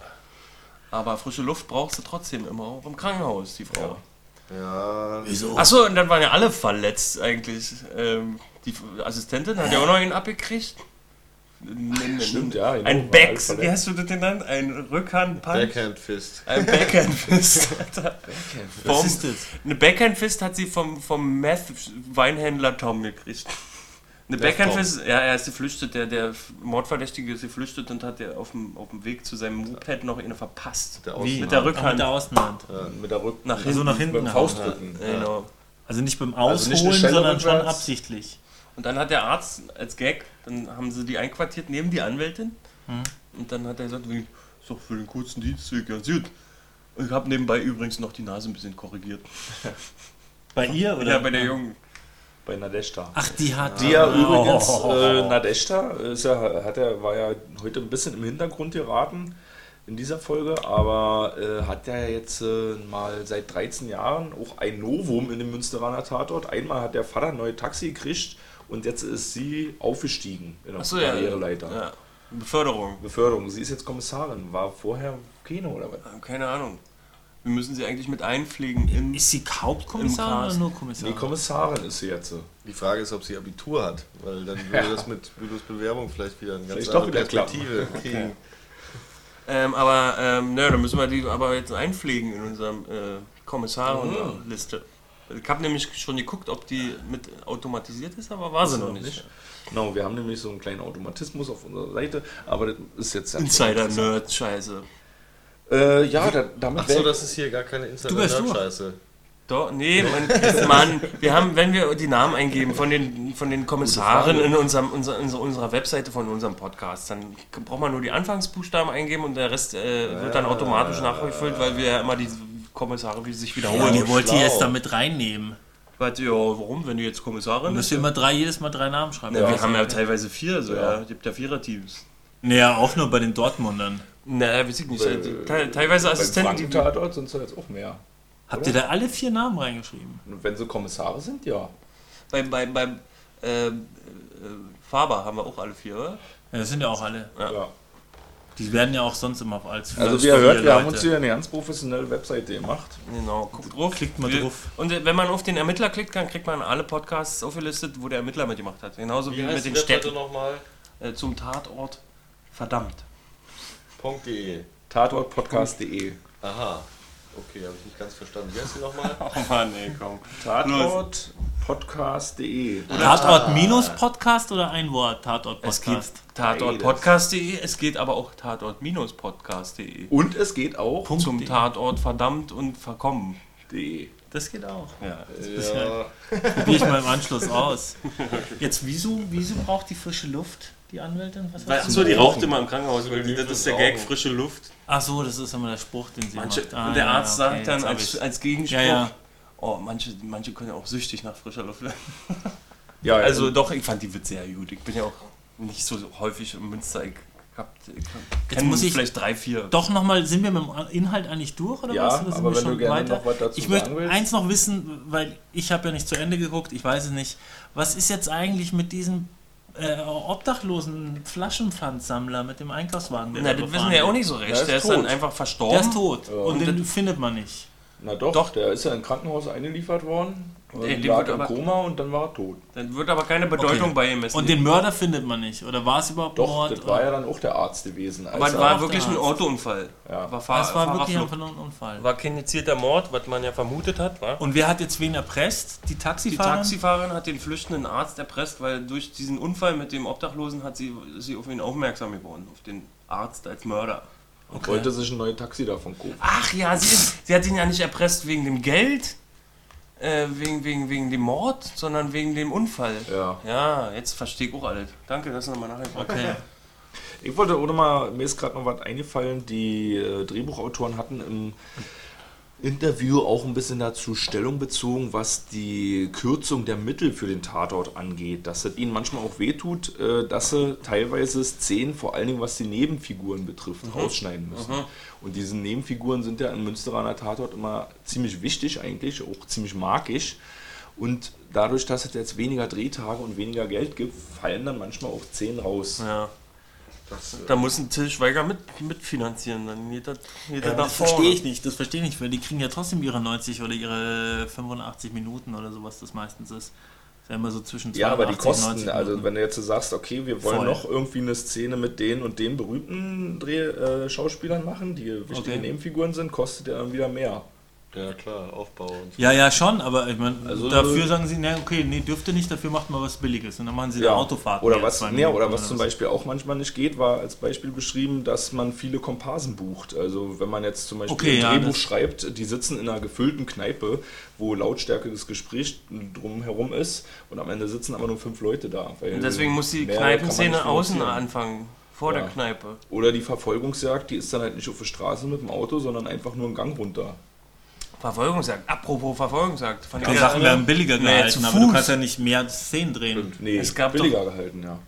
[SPEAKER 4] Aber frische Luft brauchst du trotzdem immer, auch im Krankenhaus, die Frau.
[SPEAKER 8] Ja,
[SPEAKER 4] Achso, und dann waren ja alle verletzt eigentlich. Ähm, die Assistentin hat ja auch noch einen abgekriegt.
[SPEAKER 2] Stimmt, ja. genau, war
[SPEAKER 4] Ein
[SPEAKER 2] alles
[SPEAKER 4] Back,
[SPEAKER 2] verletzt.
[SPEAKER 4] wie hast du das genannt? Ein Rückhand-Punch?
[SPEAKER 8] Backhand Fist.
[SPEAKER 4] Ein Backhand-Fist. Was ist das? Eine Backhand-Fist hat sie vom, vom Meth-Weinhändler Tom gekriegt. Eine Backhand-Fist, ja, er ist geflüchtet, der, der Mordverdächtige ist geflüchtet und hat der auf dem, auf dem Weg zu seinem Moped noch eine verpasst.
[SPEAKER 8] Der
[SPEAKER 6] Wie?
[SPEAKER 4] Mit der
[SPEAKER 6] Ah, mit
[SPEAKER 4] Rückhand.
[SPEAKER 6] der Außenhand.
[SPEAKER 2] äh, Mit der Rücken.
[SPEAKER 4] Nach
[SPEAKER 6] Also
[SPEAKER 4] hinten. halt,
[SPEAKER 6] nach
[SPEAKER 2] mit dem
[SPEAKER 6] hinten.
[SPEAKER 2] Faustdrücken.
[SPEAKER 4] Genau.
[SPEAKER 6] Also nicht beim
[SPEAKER 2] Also nicht eine
[SPEAKER 6] Ausholen,
[SPEAKER 2] Stelle
[SPEAKER 6] sondern schon
[SPEAKER 2] rückwärts.
[SPEAKER 6] absichtlich.
[SPEAKER 4] Und dann hat der Arzt als Gag, dann haben sie die einquartiert neben die Anwältin. Und dann hat er gesagt, wie, ist doch für den kurzen Dienstweg ganz gut. Ich habe nebenbei übrigens noch die Nase ein bisschen korrigiert.
[SPEAKER 6] Bei ihr oder?
[SPEAKER 4] Ja, bei der Jungen.
[SPEAKER 2] Bei Nadeshda.
[SPEAKER 3] Ach, die hat.
[SPEAKER 2] Die ja
[SPEAKER 3] Ah,
[SPEAKER 2] übrigens,
[SPEAKER 6] oh.
[SPEAKER 2] äh, Nadeshda ist ja, hat er, war ja heute ein bisschen im Hintergrund geraten in dieser Folge, aber äh, hat ja jetzt äh, mal seit 13 Jahren auch ein Novum in dem Münsteraner Tatort. Einmal hat der Vater ein neues Taxi gekriegt und jetzt ist sie aufgestiegen in der
[SPEAKER 4] Achso, ja.
[SPEAKER 2] Karriereleiter.
[SPEAKER 4] Ja. Beförderung.
[SPEAKER 2] Beförderung, sie ist jetzt Kommissarin, war vorher Kino oder was?
[SPEAKER 4] Keine Ahnung. Wir müssen sie eigentlich mit einpflegen in.
[SPEAKER 3] Ist sie
[SPEAKER 4] Im
[SPEAKER 3] Hauptkommissarin oder
[SPEAKER 4] Cast.
[SPEAKER 3] nur
[SPEAKER 2] Die
[SPEAKER 3] Kommissarin?
[SPEAKER 2] Kommissarin ist sie jetzt.
[SPEAKER 8] Die Frage ist, ob sie Abitur hat, weil dann würde das mit Bülos Bewerbung vielleicht wieder eine ganz
[SPEAKER 2] Vielleicht doch
[SPEAKER 8] andere
[SPEAKER 2] wieder klappen.
[SPEAKER 8] Perspektive kriegen.
[SPEAKER 4] Ähm, aber, ähm, naja, dann müssen wir die aber jetzt einpflegen in unserem äh, Kommissar-Liste. Ich habe nämlich schon geguckt, ob die mit automatisiert ist, aber war sie noch nicht.
[SPEAKER 2] Genau, wir haben nämlich so einen kleinen Automatismus auf unserer Seite, aber das ist jetzt...
[SPEAKER 4] Insider-Nerd-Scheiße.
[SPEAKER 2] Äh, ja, da, damit
[SPEAKER 8] Achso,
[SPEAKER 2] wär-
[SPEAKER 8] das ist hier gar keine
[SPEAKER 3] bist du.
[SPEAKER 8] Instagram-Scheiße.
[SPEAKER 4] Doch, nee, Mann, Mann, wir haben, wenn wir die Namen eingeben von den, von den Kommissaren in unserem, unser, unser, unserer Webseite von unserem Podcast, dann braucht man nur die Anfangsbuchstaben eingeben und der Rest äh, wird dann automatisch nachgefüllt, weil wir ja immer die Kommissare wie sich
[SPEAKER 6] Und
[SPEAKER 4] wiederholen.
[SPEAKER 6] ihr wollt die
[SPEAKER 8] schlau.
[SPEAKER 6] jetzt damit reinnehmen.
[SPEAKER 4] Warte, ja, warum, wenn du jetzt Kommissarin
[SPEAKER 6] Müsst
[SPEAKER 4] bist?
[SPEAKER 6] ihr immer drei, jedes Mal drei Namen schreiben.
[SPEAKER 4] Na, wir haben ja teilweise vier, so, ja. Es gibt ja Vierer-Teams.
[SPEAKER 6] Naja, auch nur bei den Dortmundern.
[SPEAKER 4] Naja, weiß ich nicht. Te teilweise Assistenten,
[SPEAKER 2] Beim
[SPEAKER 4] die.
[SPEAKER 2] Franken-Tatort sind es ja jetzt auch mehr.
[SPEAKER 6] Habt ihr da alle vier Namen reingeschrieben?
[SPEAKER 2] Und wenn sie Kommissare sind, ja.
[SPEAKER 4] Beim, beim, beim äh, äh, Faber haben wir auch alle vier, oder?
[SPEAKER 6] Ja, das sind ja auch alle.
[SPEAKER 2] ja.
[SPEAKER 6] Die werden ja auch sonst immer als
[SPEAKER 2] Also
[SPEAKER 6] als
[SPEAKER 2] wie ihr hört, wir haben
[SPEAKER 6] Leute. Oh,
[SPEAKER 2] uns hier eine ganz professionelle Webseite gemacht.
[SPEAKER 4] Genau, guckt drauf.
[SPEAKER 6] Klickt mal
[SPEAKER 4] Wir-
[SPEAKER 6] drauf.
[SPEAKER 4] Und äh, wenn man auf den Ermittler klickt, dann kriegt man alle Podcasts aufgelistet, wo der Ermittler mitgemacht hat. Genauso wie,
[SPEAKER 8] Wie
[SPEAKER 4] mit
[SPEAKER 8] heißt die
[SPEAKER 4] den
[SPEAKER 8] Webseite
[SPEAKER 4] Städten.
[SPEAKER 8] nochmal?
[SPEAKER 4] Äh, zum Tatort. Verdammt.
[SPEAKER 8] Punkt.de.
[SPEAKER 2] Tatortpodcast.de
[SPEAKER 8] Aha. Okay, habe ich nicht ganz verstanden. Wie heißt die nochmal?
[SPEAKER 4] Oh Mann, ey, komm.
[SPEAKER 2] Tatortpodcast.de
[SPEAKER 6] Tatort-Podcast oder ein Wort?
[SPEAKER 4] Es gibt
[SPEAKER 6] Tatort-Podcast.
[SPEAKER 4] Tatortpodcast.de, es geht aber auch Tatort-podcast.de.
[SPEAKER 2] Und es geht auch
[SPEAKER 4] Zum Tatort verdammt und verkommen.
[SPEAKER 2] .de.
[SPEAKER 6] Das geht auch.
[SPEAKER 8] Ja,
[SPEAKER 6] Probier ich mal im Anschluss aus. Jetzt, wieso, wieso braucht die frische Luft die Anwältin? Was hast
[SPEAKER 4] Achso, die raucht immer im Krankenhaus. Das ist der Gag, frische Luft.
[SPEAKER 6] du? Ach so, das ist immer der Spruch, den sie
[SPEAKER 4] Manche,
[SPEAKER 6] macht. Ah,
[SPEAKER 4] und der
[SPEAKER 6] ja,
[SPEAKER 4] Arzt
[SPEAKER 6] okay,
[SPEAKER 4] sagt dann
[SPEAKER 6] jetzt hab
[SPEAKER 4] als,
[SPEAKER 6] ich's.
[SPEAKER 4] als Gegenspruch,
[SPEAKER 6] Ja, ja.
[SPEAKER 4] oh, manche, manche können ja auch süchtig nach frischer Luft werden.
[SPEAKER 2] Ja, Also
[SPEAKER 4] Also doch, ich fand die Witze ja gut. Ich bin ja auch nicht so häufig im Münster. Ich
[SPEAKER 2] hab,
[SPEAKER 6] Jetzt muss ich
[SPEAKER 4] vielleicht drei, vier.
[SPEAKER 6] doch nochmal, sind wir mit dem Inhalt eigentlich durch oder
[SPEAKER 2] Ja,
[SPEAKER 6] was? Oder sind
[SPEAKER 2] aber
[SPEAKER 6] wir
[SPEAKER 2] wenn
[SPEAKER 6] schon
[SPEAKER 2] du gerne
[SPEAKER 6] weiter?
[SPEAKER 2] noch was dazu
[SPEAKER 6] ich möchte
[SPEAKER 2] sagen willst.
[SPEAKER 6] eins noch wissen, weil ich habe ja nicht zu Ende geguckt, ich weiß es nicht. Was ist jetzt eigentlich mit diesem äh, obdachlosen Flaschenpfandsammler mit dem Einkaufswagen? der
[SPEAKER 4] Na,
[SPEAKER 6] da
[SPEAKER 4] das wissen
[SPEAKER 6] befahren
[SPEAKER 4] wir ja auch
[SPEAKER 6] wird?
[SPEAKER 4] nicht so recht.
[SPEAKER 2] Der
[SPEAKER 4] Der
[SPEAKER 2] ist
[SPEAKER 4] ist, dann
[SPEAKER 2] tot.
[SPEAKER 4] einfach verstorben.
[SPEAKER 6] Der ist tot und
[SPEAKER 2] Und
[SPEAKER 6] den findet man nicht.
[SPEAKER 2] Na doch, der ist ja im Krankenhaus eingeliefert worden,
[SPEAKER 4] Der
[SPEAKER 2] und
[SPEAKER 4] lebt
[SPEAKER 2] lag im
[SPEAKER 4] aber-
[SPEAKER 2] Koma und dann war er tot.
[SPEAKER 4] Dann wird aber keine Bedeutung
[SPEAKER 6] Okay.
[SPEAKER 4] bei ihm messen.
[SPEAKER 6] Und den Mörder findet man nicht. Oder war es überhaupt
[SPEAKER 2] Doch,
[SPEAKER 6] Mord?
[SPEAKER 2] das war ja dann auch der Arzt gewesen. als
[SPEAKER 4] aber es
[SPEAKER 2] er-
[SPEAKER 4] war
[SPEAKER 6] auch
[SPEAKER 4] wirklich
[SPEAKER 6] der
[SPEAKER 4] ein
[SPEAKER 6] Arzt.
[SPEAKER 4] Autounfall.
[SPEAKER 2] Ja.
[SPEAKER 4] War Fahr
[SPEAKER 6] das war wirklich
[SPEAKER 4] Fahrerflucht.
[SPEAKER 6] einfach nur ein Unfall.
[SPEAKER 4] War kein gezielter Mord, was man ja vermutet hat, war?
[SPEAKER 6] Und wer hat jetzt wen erpresst? Die
[SPEAKER 4] Die
[SPEAKER 6] Taxifahrer?
[SPEAKER 4] Taxifahrerin hat den flüchtenden Arzt erpresst, weil durch diesen Unfall mit dem Obdachlosen hat sie, ist sie auf ihn aufmerksam geworden, auf den Arzt als Mörder.
[SPEAKER 2] Und wollte sich ein neues Taxi davon kaufen.
[SPEAKER 4] Ach ja, sie, ist, sie hat ihn ja nicht erpresst wegen dem Geld, äh, wegen, wegen, wegen dem Mord, sondern wegen dem Unfall.
[SPEAKER 2] Ja.
[SPEAKER 4] Ja, jetzt verstehe ich auch alles. Danke, dass du nochmal nachgefragt hast.
[SPEAKER 6] okay.
[SPEAKER 2] Ich wollte auch noch mal, mir ist gerade noch was eingefallen, die äh, Drehbuchautoren hatten im Interview auch ein bisschen dazu Stellung bezogen, was die Kürzung der Mittel für den Tatort angeht, dass es ihnen manchmal auch wehtut, äh, dass sie teilweise Szenen, vor allen Dingen was die Nebenfiguren betrifft, rausschneiden müssen. Und diese Nebenfiguren sind ja im Münsteraner Tatort immer ziemlich wichtig eigentlich, auch ziemlich magisch. Und dadurch, dass es jetzt weniger Drehtage und weniger Geld gibt, fallen dann manchmal auch Szenen raus.
[SPEAKER 4] Ja.
[SPEAKER 2] äh,
[SPEAKER 4] da muss ein Till Schweiger mit, mitfinanzieren, dann geht das, geht das
[SPEAKER 6] Ja,
[SPEAKER 4] nach
[SPEAKER 6] das verstehe
[SPEAKER 4] vorne.
[SPEAKER 6] ich nicht, das verstehe ich nicht, weil die kriegen ja trotzdem ihre 90 oder ihre 85 Minuten oder sowas, das meistens ist. Ist ja immer so zwischen 82,
[SPEAKER 2] Ja, aber die Kosten,
[SPEAKER 6] 90
[SPEAKER 2] also
[SPEAKER 6] Minuten.
[SPEAKER 2] wenn du jetzt so sagst, okay, wir wollen
[SPEAKER 6] Voll.
[SPEAKER 2] noch irgendwie eine Szene mit den und den berühmten Dreh, äh, Schauspielern machen, die wichtige
[SPEAKER 6] Okay.
[SPEAKER 2] Nebenfiguren sind, kostet ja dann wieder mehr.
[SPEAKER 5] Ja klar, Aufbau und so.
[SPEAKER 6] Ja, ja, schon, aber ich meine,
[SPEAKER 2] Also-
[SPEAKER 6] dafür sagen sie, na, okay, nee, dürfte nicht, dafür macht mal was Billiges und dann machen sie eine Autofahrt.
[SPEAKER 2] Oder
[SPEAKER 6] mehr
[SPEAKER 2] was,
[SPEAKER 6] zwei
[SPEAKER 2] nee, oder
[SPEAKER 6] Minuten
[SPEAKER 2] was zum Beispiel auch manchmal nicht geht, war als Beispiel beschrieben, dass man viele Komparsen bucht. Also wenn man jetzt zum Beispiel
[SPEAKER 6] Okay,
[SPEAKER 2] ein
[SPEAKER 6] ja,
[SPEAKER 2] Drehbuch
[SPEAKER 6] das-
[SPEAKER 2] schreibt, die sitzen in einer gefüllten Kneipe, wo Lautstärke des Gesprächs drumherum ist und am Ende sitzen aber nur fünf Leute da. weil
[SPEAKER 4] Und deswegen muss die
[SPEAKER 2] mehr kann man nicht
[SPEAKER 4] Kneipenszene außen
[SPEAKER 2] finanzieren.
[SPEAKER 4] anfangen, vor
[SPEAKER 2] Ja.
[SPEAKER 4] der Kneipe.
[SPEAKER 2] Oder die Verfolgungsjagd, die ist dann halt nicht auf der Straße mit dem Auto, sondern einfach nur einen Gang runter.
[SPEAKER 4] Verfolgungsjagd. Apropos Verfolgungsjagd. Fand
[SPEAKER 6] Die
[SPEAKER 4] geil.
[SPEAKER 6] Sachen werden billiger
[SPEAKER 2] ne?
[SPEAKER 4] Nee,
[SPEAKER 6] gehalten,
[SPEAKER 4] zu
[SPEAKER 6] aber du
[SPEAKER 4] Fuß.
[SPEAKER 6] kannst ja nicht mehr Szenen drehen.
[SPEAKER 2] Nee,
[SPEAKER 4] Es gab
[SPEAKER 2] billiger gehalten, ja.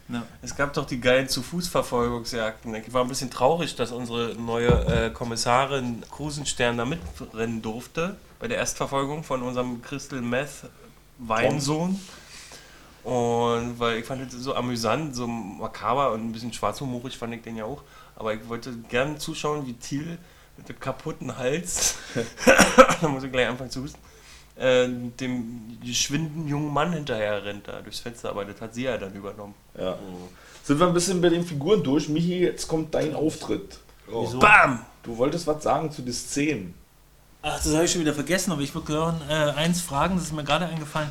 [SPEAKER 4] Es gab doch die geilen Zu-Fuß-Verfolgungsjagden. Ich war ein bisschen traurig, dass unsere neue äh, Kommissarin Krusenstern da mitrennen durfte bei der Erstverfolgung von unserem Crystal Meth Weinsohn. Und weil ich fand es so amüsant, so makaber und ein bisschen schwarzhumorig fand ich den ja auch. Aber ich wollte gerne zuschauen, wie Thiel mit dem kaputten Hals, da muss ich gleich anfangen zu husten, äh, dem schwindenden jungen Mann hinterher rennt da durchs Fenster. Aber das hat sie ja dann übernommen.
[SPEAKER 2] ja. Sind wir ein bisschen bei den Figuren durch. Michi, jetzt kommt dein Auftritt.
[SPEAKER 4] Bam!
[SPEAKER 2] Du wolltest was sagen zu den Szenen.
[SPEAKER 6] Ach, das habe ich schon wieder vergessen, aber ich würde gerne äh, eins fragen, das ist mir gerade eingefallen.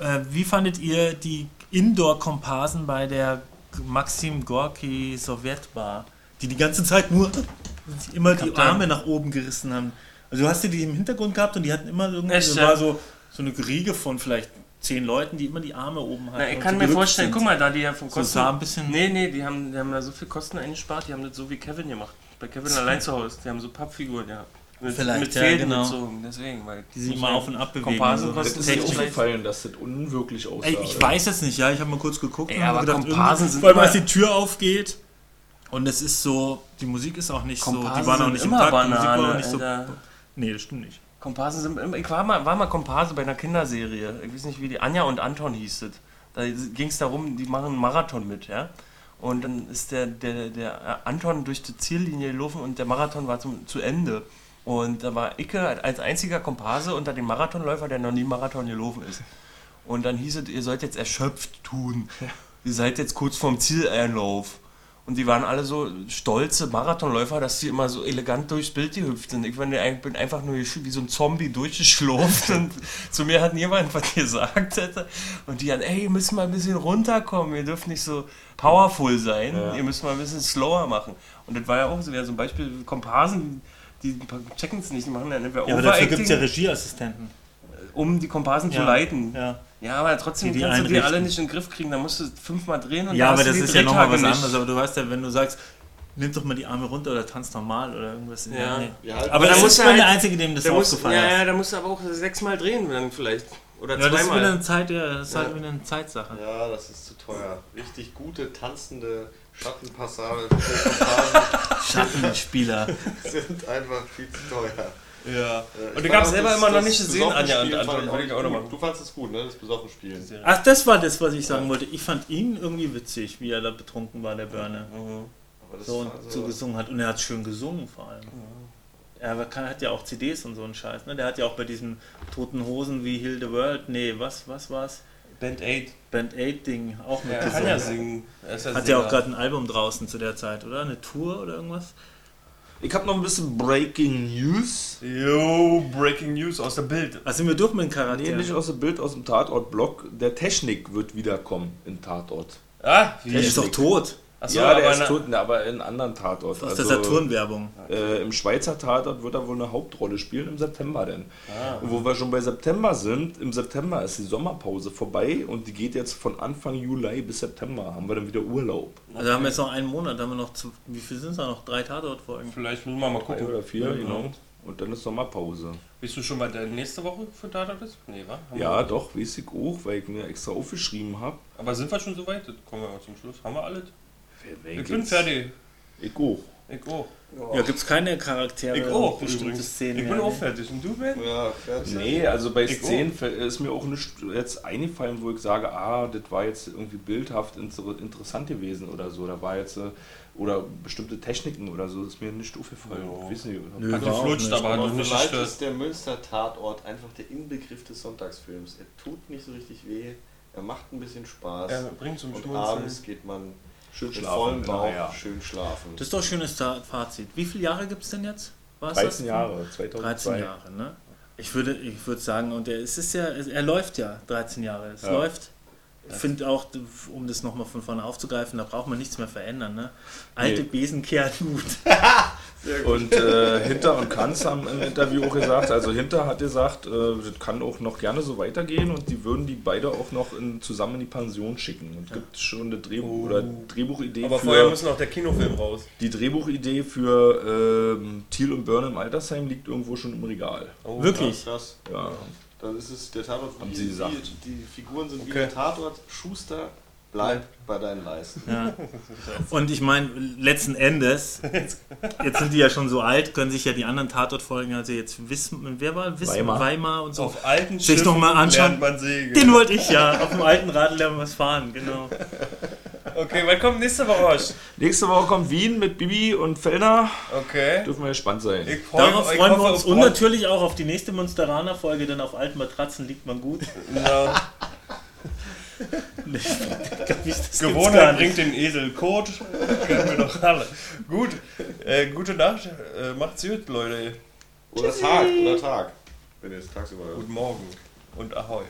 [SPEAKER 6] Äh, wie fandet ihr die Indoor-Komparsen bei der Maxim Gorki Sowjetbar, die die ganze Zeit nur immer die
[SPEAKER 4] Kapitän.
[SPEAKER 6] Arme nach oben gerissen haben? Also du hast dir die im Hintergrund gehabt und die hatten immer irgendwie,
[SPEAKER 4] Echt,
[SPEAKER 6] das
[SPEAKER 4] ja?
[SPEAKER 6] war so, so eine Riege von vielleicht zehn Leuten, die immer die Arme oben hatten.
[SPEAKER 4] Na, ich
[SPEAKER 6] und
[SPEAKER 4] kann
[SPEAKER 6] so
[SPEAKER 4] mir
[SPEAKER 6] gerückt
[SPEAKER 4] vorstellen,
[SPEAKER 6] sind.
[SPEAKER 4] guck mal, da die ja von Kosten.
[SPEAKER 6] sah ein bisschen-
[SPEAKER 4] Nee, nee, die haben, die haben da so viel Kosten eingespart, die haben das so wie Kevin gemacht. Bei Kevin allein zu Hause, die haben so Pappfiguren gehabt. Mit,
[SPEAKER 6] Vielleicht,
[SPEAKER 4] mit
[SPEAKER 6] ja,
[SPEAKER 4] Fäden
[SPEAKER 6] genau.
[SPEAKER 4] bezogen, deswegen, weil
[SPEAKER 6] Die sich immer auf und ab bewegen.
[SPEAKER 4] Komparsen
[SPEAKER 6] Also,
[SPEAKER 4] kosten
[SPEAKER 2] Das
[SPEAKER 6] das
[SPEAKER 2] ist
[SPEAKER 6] ist
[SPEAKER 4] nicht
[SPEAKER 2] mir
[SPEAKER 6] echt
[SPEAKER 4] schlecht.
[SPEAKER 2] aufgefallen, dass das unwirklich aussah.
[SPEAKER 6] Ey, ich weiß jetzt nicht, ja, ich habe mal kurz geguckt
[SPEAKER 4] Ey,
[SPEAKER 6] und hab
[SPEAKER 4] aber
[SPEAKER 6] gedacht,
[SPEAKER 4] Komparsen
[SPEAKER 6] irgendwie-
[SPEAKER 4] sind
[SPEAKER 6] vor allem
[SPEAKER 4] immer-
[SPEAKER 6] als die Tür aufgeht und es ist so, die Musik ist auch nicht so, die
[SPEAKER 4] Komparsen
[SPEAKER 6] waren auch
[SPEAKER 4] sind
[SPEAKER 6] nicht im
[SPEAKER 4] immer
[SPEAKER 6] Takt, die Musik war auch
[SPEAKER 4] Banane,
[SPEAKER 6] nicht so.
[SPEAKER 4] Alter.
[SPEAKER 6] Nee, das stimmt nicht.
[SPEAKER 4] Komparsen sind immer. Ich war mal, war mal Komparse bei einer Kinderserie. Ich weiß nicht, wie die Anja und Anton hieß das. Da ging es darum, die machen einen Marathon mit, ja. Und dann ist der, der, der Anton durch die Ziellinie gelaufen und der Marathon war zum, zu Ende. Und da war Icke als einziger Komparse unter den Marathonläufer, der noch nie Marathon gelaufen ist. Und dann hieß es, ihr sollt jetzt erschöpft tun. Ihr seid jetzt kurz vorm Zieleinlauf. Und die waren alle so stolze Marathonläufer, dass sie immer so elegant durchs Bild gehüpft sind. Ich bin, bin einfach nur gesch- wie so ein Zombie durchgeschlurft und zu mir hat niemand was gesagt. Alter. Und die haben, ey, ihr müsst mal ein bisschen runterkommen, ihr dürft nicht so powerful sein, ihr müsst mal ein bisschen slower machen. Und das war ja auch so, ja, so ein Beispiel, Komparsen, die checken es nicht, die machen dann entweder
[SPEAKER 10] Ja, aber dafür
[SPEAKER 4] Overacting,
[SPEAKER 10] gibt es ja Regieassistenten.
[SPEAKER 4] um die Komparsen zu
[SPEAKER 10] Ja,
[SPEAKER 4] leiten.
[SPEAKER 10] Ja,
[SPEAKER 4] Ja, aber trotzdem
[SPEAKER 10] Die die
[SPEAKER 4] kannst du die
[SPEAKER 10] einrichten.
[SPEAKER 4] alle nicht in den Griff kriegen. Da musst du fünfmal drehen und
[SPEAKER 10] ja
[SPEAKER 4] dann
[SPEAKER 10] aber
[SPEAKER 4] hast du
[SPEAKER 10] das
[SPEAKER 4] die
[SPEAKER 10] ist ja nochmal
[SPEAKER 4] Drehtage
[SPEAKER 10] was
[SPEAKER 4] nicht.
[SPEAKER 10] anderes. Aber du weißt ja, wenn du sagst, nimm doch mal die Arme runter oder tanz normal oder irgendwas.
[SPEAKER 4] Ja.
[SPEAKER 10] nee.
[SPEAKER 5] Wir halten
[SPEAKER 10] Aber
[SPEAKER 4] da
[SPEAKER 10] das
[SPEAKER 4] muss
[SPEAKER 10] ist
[SPEAKER 4] ja
[SPEAKER 10] mal
[SPEAKER 4] halt-
[SPEAKER 10] der Einzige, dem das
[SPEAKER 4] Da musst,
[SPEAKER 10] aufgefallen
[SPEAKER 4] ja,
[SPEAKER 10] ist.
[SPEAKER 4] ja, da musst du aber auch sechsmal drehen dann vielleicht.
[SPEAKER 5] Oder
[SPEAKER 6] Ja, das ist wieder
[SPEAKER 5] zweimal.
[SPEAKER 6] eine, Zeit, ja, das ist halt
[SPEAKER 5] Ja.
[SPEAKER 6] wieder eine Zeitsache.
[SPEAKER 5] Ja, das ist zu teuer. Richtig gute, tanzende Schattenpassage
[SPEAKER 6] Schattenspieler.
[SPEAKER 5] sind einfach viel zu teuer.
[SPEAKER 4] Ja.
[SPEAKER 5] Äh, ich
[SPEAKER 4] Und du
[SPEAKER 5] fand
[SPEAKER 4] gab's
[SPEAKER 5] auch
[SPEAKER 4] selber
[SPEAKER 5] das-
[SPEAKER 4] immer noch
[SPEAKER 5] das
[SPEAKER 4] nicht gesehen,
[SPEAKER 5] besoffen
[SPEAKER 4] Anja und
[SPEAKER 5] Spielen
[SPEAKER 4] Anton.
[SPEAKER 5] fand
[SPEAKER 4] Würde ich auch noch
[SPEAKER 5] gut.
[SPEAKER 4] machen.
[SPEAKER 5] Du fandest es gut, ne? Das besoffen Spielen.
[SPEAKER 6] Ach, das war das, was ich sagen wollte. Ich fand ihn irgendwie witzig, wie er da betrunken war, der Börne.
[SPEAKER 4] Mhm.
[SPEAKER 5] Aber das
[SPEAKER 6] So
[SPEAKER 5] war
[SPEAKER 6] und so
[SPEAKER 5] so-
[SPEAKER 6] gesungen hat. Und er hat schön gesungen vor allem. Er war- kann- hat ja auch CDs und so einen Scheiß, ne? Der hat ja auch bei diesen toten Hosen wie Heal the World, nee, was, was war's?
[SPEAKER 4] Band 8.
[SPEAKER 6] Band 8-Ding auch mit
[SPEAKER 4] Er kann ja singen. Er ist ja
[SPEAKER 6] Hat ja
[SPEAKER 4] Sänger.
[SPEAKER 6] auch gerade ein Album draußen zu der Zeit, oder? Eine Tour oder irgendwas?
[SPEAKER 2] Ich habe noch ein bisschen Breaking News.
[SPEAKER 4] Yo, Breaking News aus der Bild.
[SPEAKER 6] Also sind wir durch mit den
[SPEAKER 2] Nee,
[SPEAKER 6] Charakteren.
[SPEAKER 2] nicht aus dem Bild, aus dem Tatort-Blog. Der Technik wird wiederkommen in Tatort.
[SPEAKER 4] Ah, wie?
[SPEAKER 6] der ist doch tot.
[SPEAKER 4] Achso,
[SPEAKER 2] ja, der
[SPEAKER 4] aber
[SPEAKER 2] ist
[SPEAKER 4] na-
[SPEAKER 2] tot, ne, aber in einem anderen Tatort.
[SPEAKER 6] Aus der Saturn-Werbung.
[SPEAKER 2] Äh, Im Schweizer Tatort wird er wohl eine Hauptrolle spielen, im September denn. Und wo wir schon bei September sind, im September ist die Sommerpause vorbei und die geht jetzt von Anfang Juli bis September. Haben wir dann wieder Urlaub.
[SPEAKER 6] Also haben wir jetzt noch einen Monat, haben wir noch, zu, wie viel sind es da noch? Drei Tatortfolgen.
[SPEAKER 4] Vielleicht müssen wir mal
[SPEAKER 2] Drei
[SPEAKER 4] gucken.
[SPEAKER 2] oder vier, genau. Und dann ist Sommerpause.
[SPEAKER 4] Bist du schon bei der nächste Woche für Tatort ist? Nee, wa? Haben
[SPEAKER 2] Ja,
[SPEAKER 4] Wir,
[SPEAKER 2] doch, weiß ich auch, weil ich mir extra aufgeschrieben habe.
[SPEAKER 4] aber sind wir schon so weit? Jetzt kommen wir mal zum Schluss. Haben wir alles? Ich bin fertig.
[SPEAKER 2] Ich auch.
[SPEAKER 4] Ich auch.
[SPEAKER 6] Ja, gibt es keine Charaktere.
[SPEAKER 4] Ich auch.
[SPEAKER 6] bestimmte
[SPEAKER 4] Äh, übrigens.
[SPEAKER 6] Szenen.
[SPEAKER 4] ich bin auch fertig. Und du, Ben?
[SPEAKER 5] Ja, fertig.
[SPEAKER 2] Nee, also bei
[SPEAKER 4] Ich
[SPEAKER 2] Szenen fä- ist mir auch nicht jetzt eingefallen, wo ich sage, ah, das war jetzt irgendwie bildhaft inter- interessant gewesen oder so. Da war jetzt, äh, oder bestimmte Techniken oder so, ist mir nicht aufgefallen.
[SPEAKER 4] Ja.
[SPEAKER 2] Ich weiß nicht.
[SPEAKER 6] Nö,
[SPEAKER 4] Hat
[SPEAKER 6] war auch
[SPEAKER 4] geflutscht,
[SPEAKER 6] nicht.
[SPEAKER 4] Also aber hat
[SPEAKER 5] Aber
[SPEAKER 4] noch nicht
[SPEAKER 5] vielleicht
[SPEAKER 4] gestört.
[SPEAKER 5] ist der Münster-Tatort einfach der Inbegriff des Sonntagsfilms. Er tut nicht so richtig weh, er macht ein bisschen Spaß.
[SPEAKER 4] Er bringt zum
[SPEAKER 5] und
[SPEAKER 4] Schmunzeln.
[SPEAKER 5] abends geht man
[SPEAKER 2] Schön
[SPEAKER 5] mit
[SPEAKER 2] schlafen,
[SPEAKER 5] vollem Bauch
[SPEAKER 2] ja.
[SPEAKER 5] schön schlafen.
[SPEAKER 6] Das ist doch ein schönes Ta- Fazit. Wie viele Jahre gibt es denn jetzt? War es
[SPEAKER 2] 13
[SPEAKER 6] das?
[SPEAKER 2] Jahre, 2002.
[SPEAKER 6] 13 Jahre, ne? Ich würde, ich würde sagen, und er, es ist ja, er läuft ja 13 Jahre. Es läuft. Ich finde auch, um das nochmal von vorne aufzugreifen, da braucht man nichts mehr verändern. Ne? Alte Besen kehren gut.
[SPEAKER 2] Und äh, Hinter und Kanz haben im Interview auch gesagt, also Hinter hat gesagt, äh, das kann auch noch gerne so weitergehen und die würden die beide auch noch in, zusammen in die Pension schicken. Und gibt schon eine Drehbuch- oder Drehbuchidee
[SPEAKER 4] Oh. Aber
[SPEAKER 2] für...
[SPEAKER 4] vorher muss noch der Kinofilm raus.
[SPEAKER 2] Die Drehbuchidee für ähm, Thiel und Byrne im Altersheim liegt irgendwo schon im Regal.
[SPEAKER 4] Oh,
[SPEAKER 6] Wirklich.
[SPEAKER 5] Krass.
[SPEAKER 2] Ja.
[SPEAKER 5] Dann ist es der Tatort.
[SPEAKER 2] Haben
[SPEAKER 5] wie-
[SPEAKER 2] Sie gesagt.
[SPEAKER 5] Wie, die Figuren sind wie
[SPEAKER 4] Okay.
[SPEAKER 5] der Tatort. Schuster, bleib bei deinen Leisten.
[SPEAKER 6] Und ich meine, letzten Endes, jetzt sind die ja schon so alt, können sich ja die anderen Tatortfolgen, also jetzt Wissen, wer war Wissen,
[SPEAKER 2] Weimar.
[SPEAKER 6] Weimar, und so.
[SPEAKER 4] Auf alten
[SPEAKER 6] Sich
[SPEAKER 4] Schiffen
[SPEAKER 6] noch mal anschauen.
[SPEAKER 4] lernt man segeln.
[SPEAKER 6] Den wollte ich ja, auf dem alten Radl lernen wir es fahren, genau.
[SPEAKER 4] Okay, wann kommt nächste Woche? Horst?
[SPEAKER 2] Nächste Woche kommt Wien mit Bibi und Fellner.
[SPEAKER 4] Okay.
[SPEAKER 2] Dürfen wir gespannt sein.
[SPEAKER 4] Ich freu-
[SPEAKER 6] Darauf
[SPEAKER 4] ich
[SPEAKER 6] freuen
[SPEAKER 4] hoffe
[SPEAKER 6] wir uns
[SPEAKER 4] auf
[SPEAKER 6] und
[SPEAKER 4] Bra-
[SPEAKER 6] natürlich auch auf die nächste Monsteraner-Folge, denn auf alten Matratzen liegt man gut.
[SPEAKER 4] Genau.
[SPEAKER 6] Nee, glaub ich, das gibt's gar
[SPEAKER 4] Gewohnheit
[SPEAKER 6] nicht.
[SPEAKER 4] bringt den Esel Kot. Kennen wir doch alle. Gut. Äh, gute Nacht. Äh, macht's gut, Leute.
[SPEAKER 5] Oder Tag, oder Tag. Wenn ihr es tagsüber hört.
[SPEAKER 4] Guten Morgen. Und Ahoi.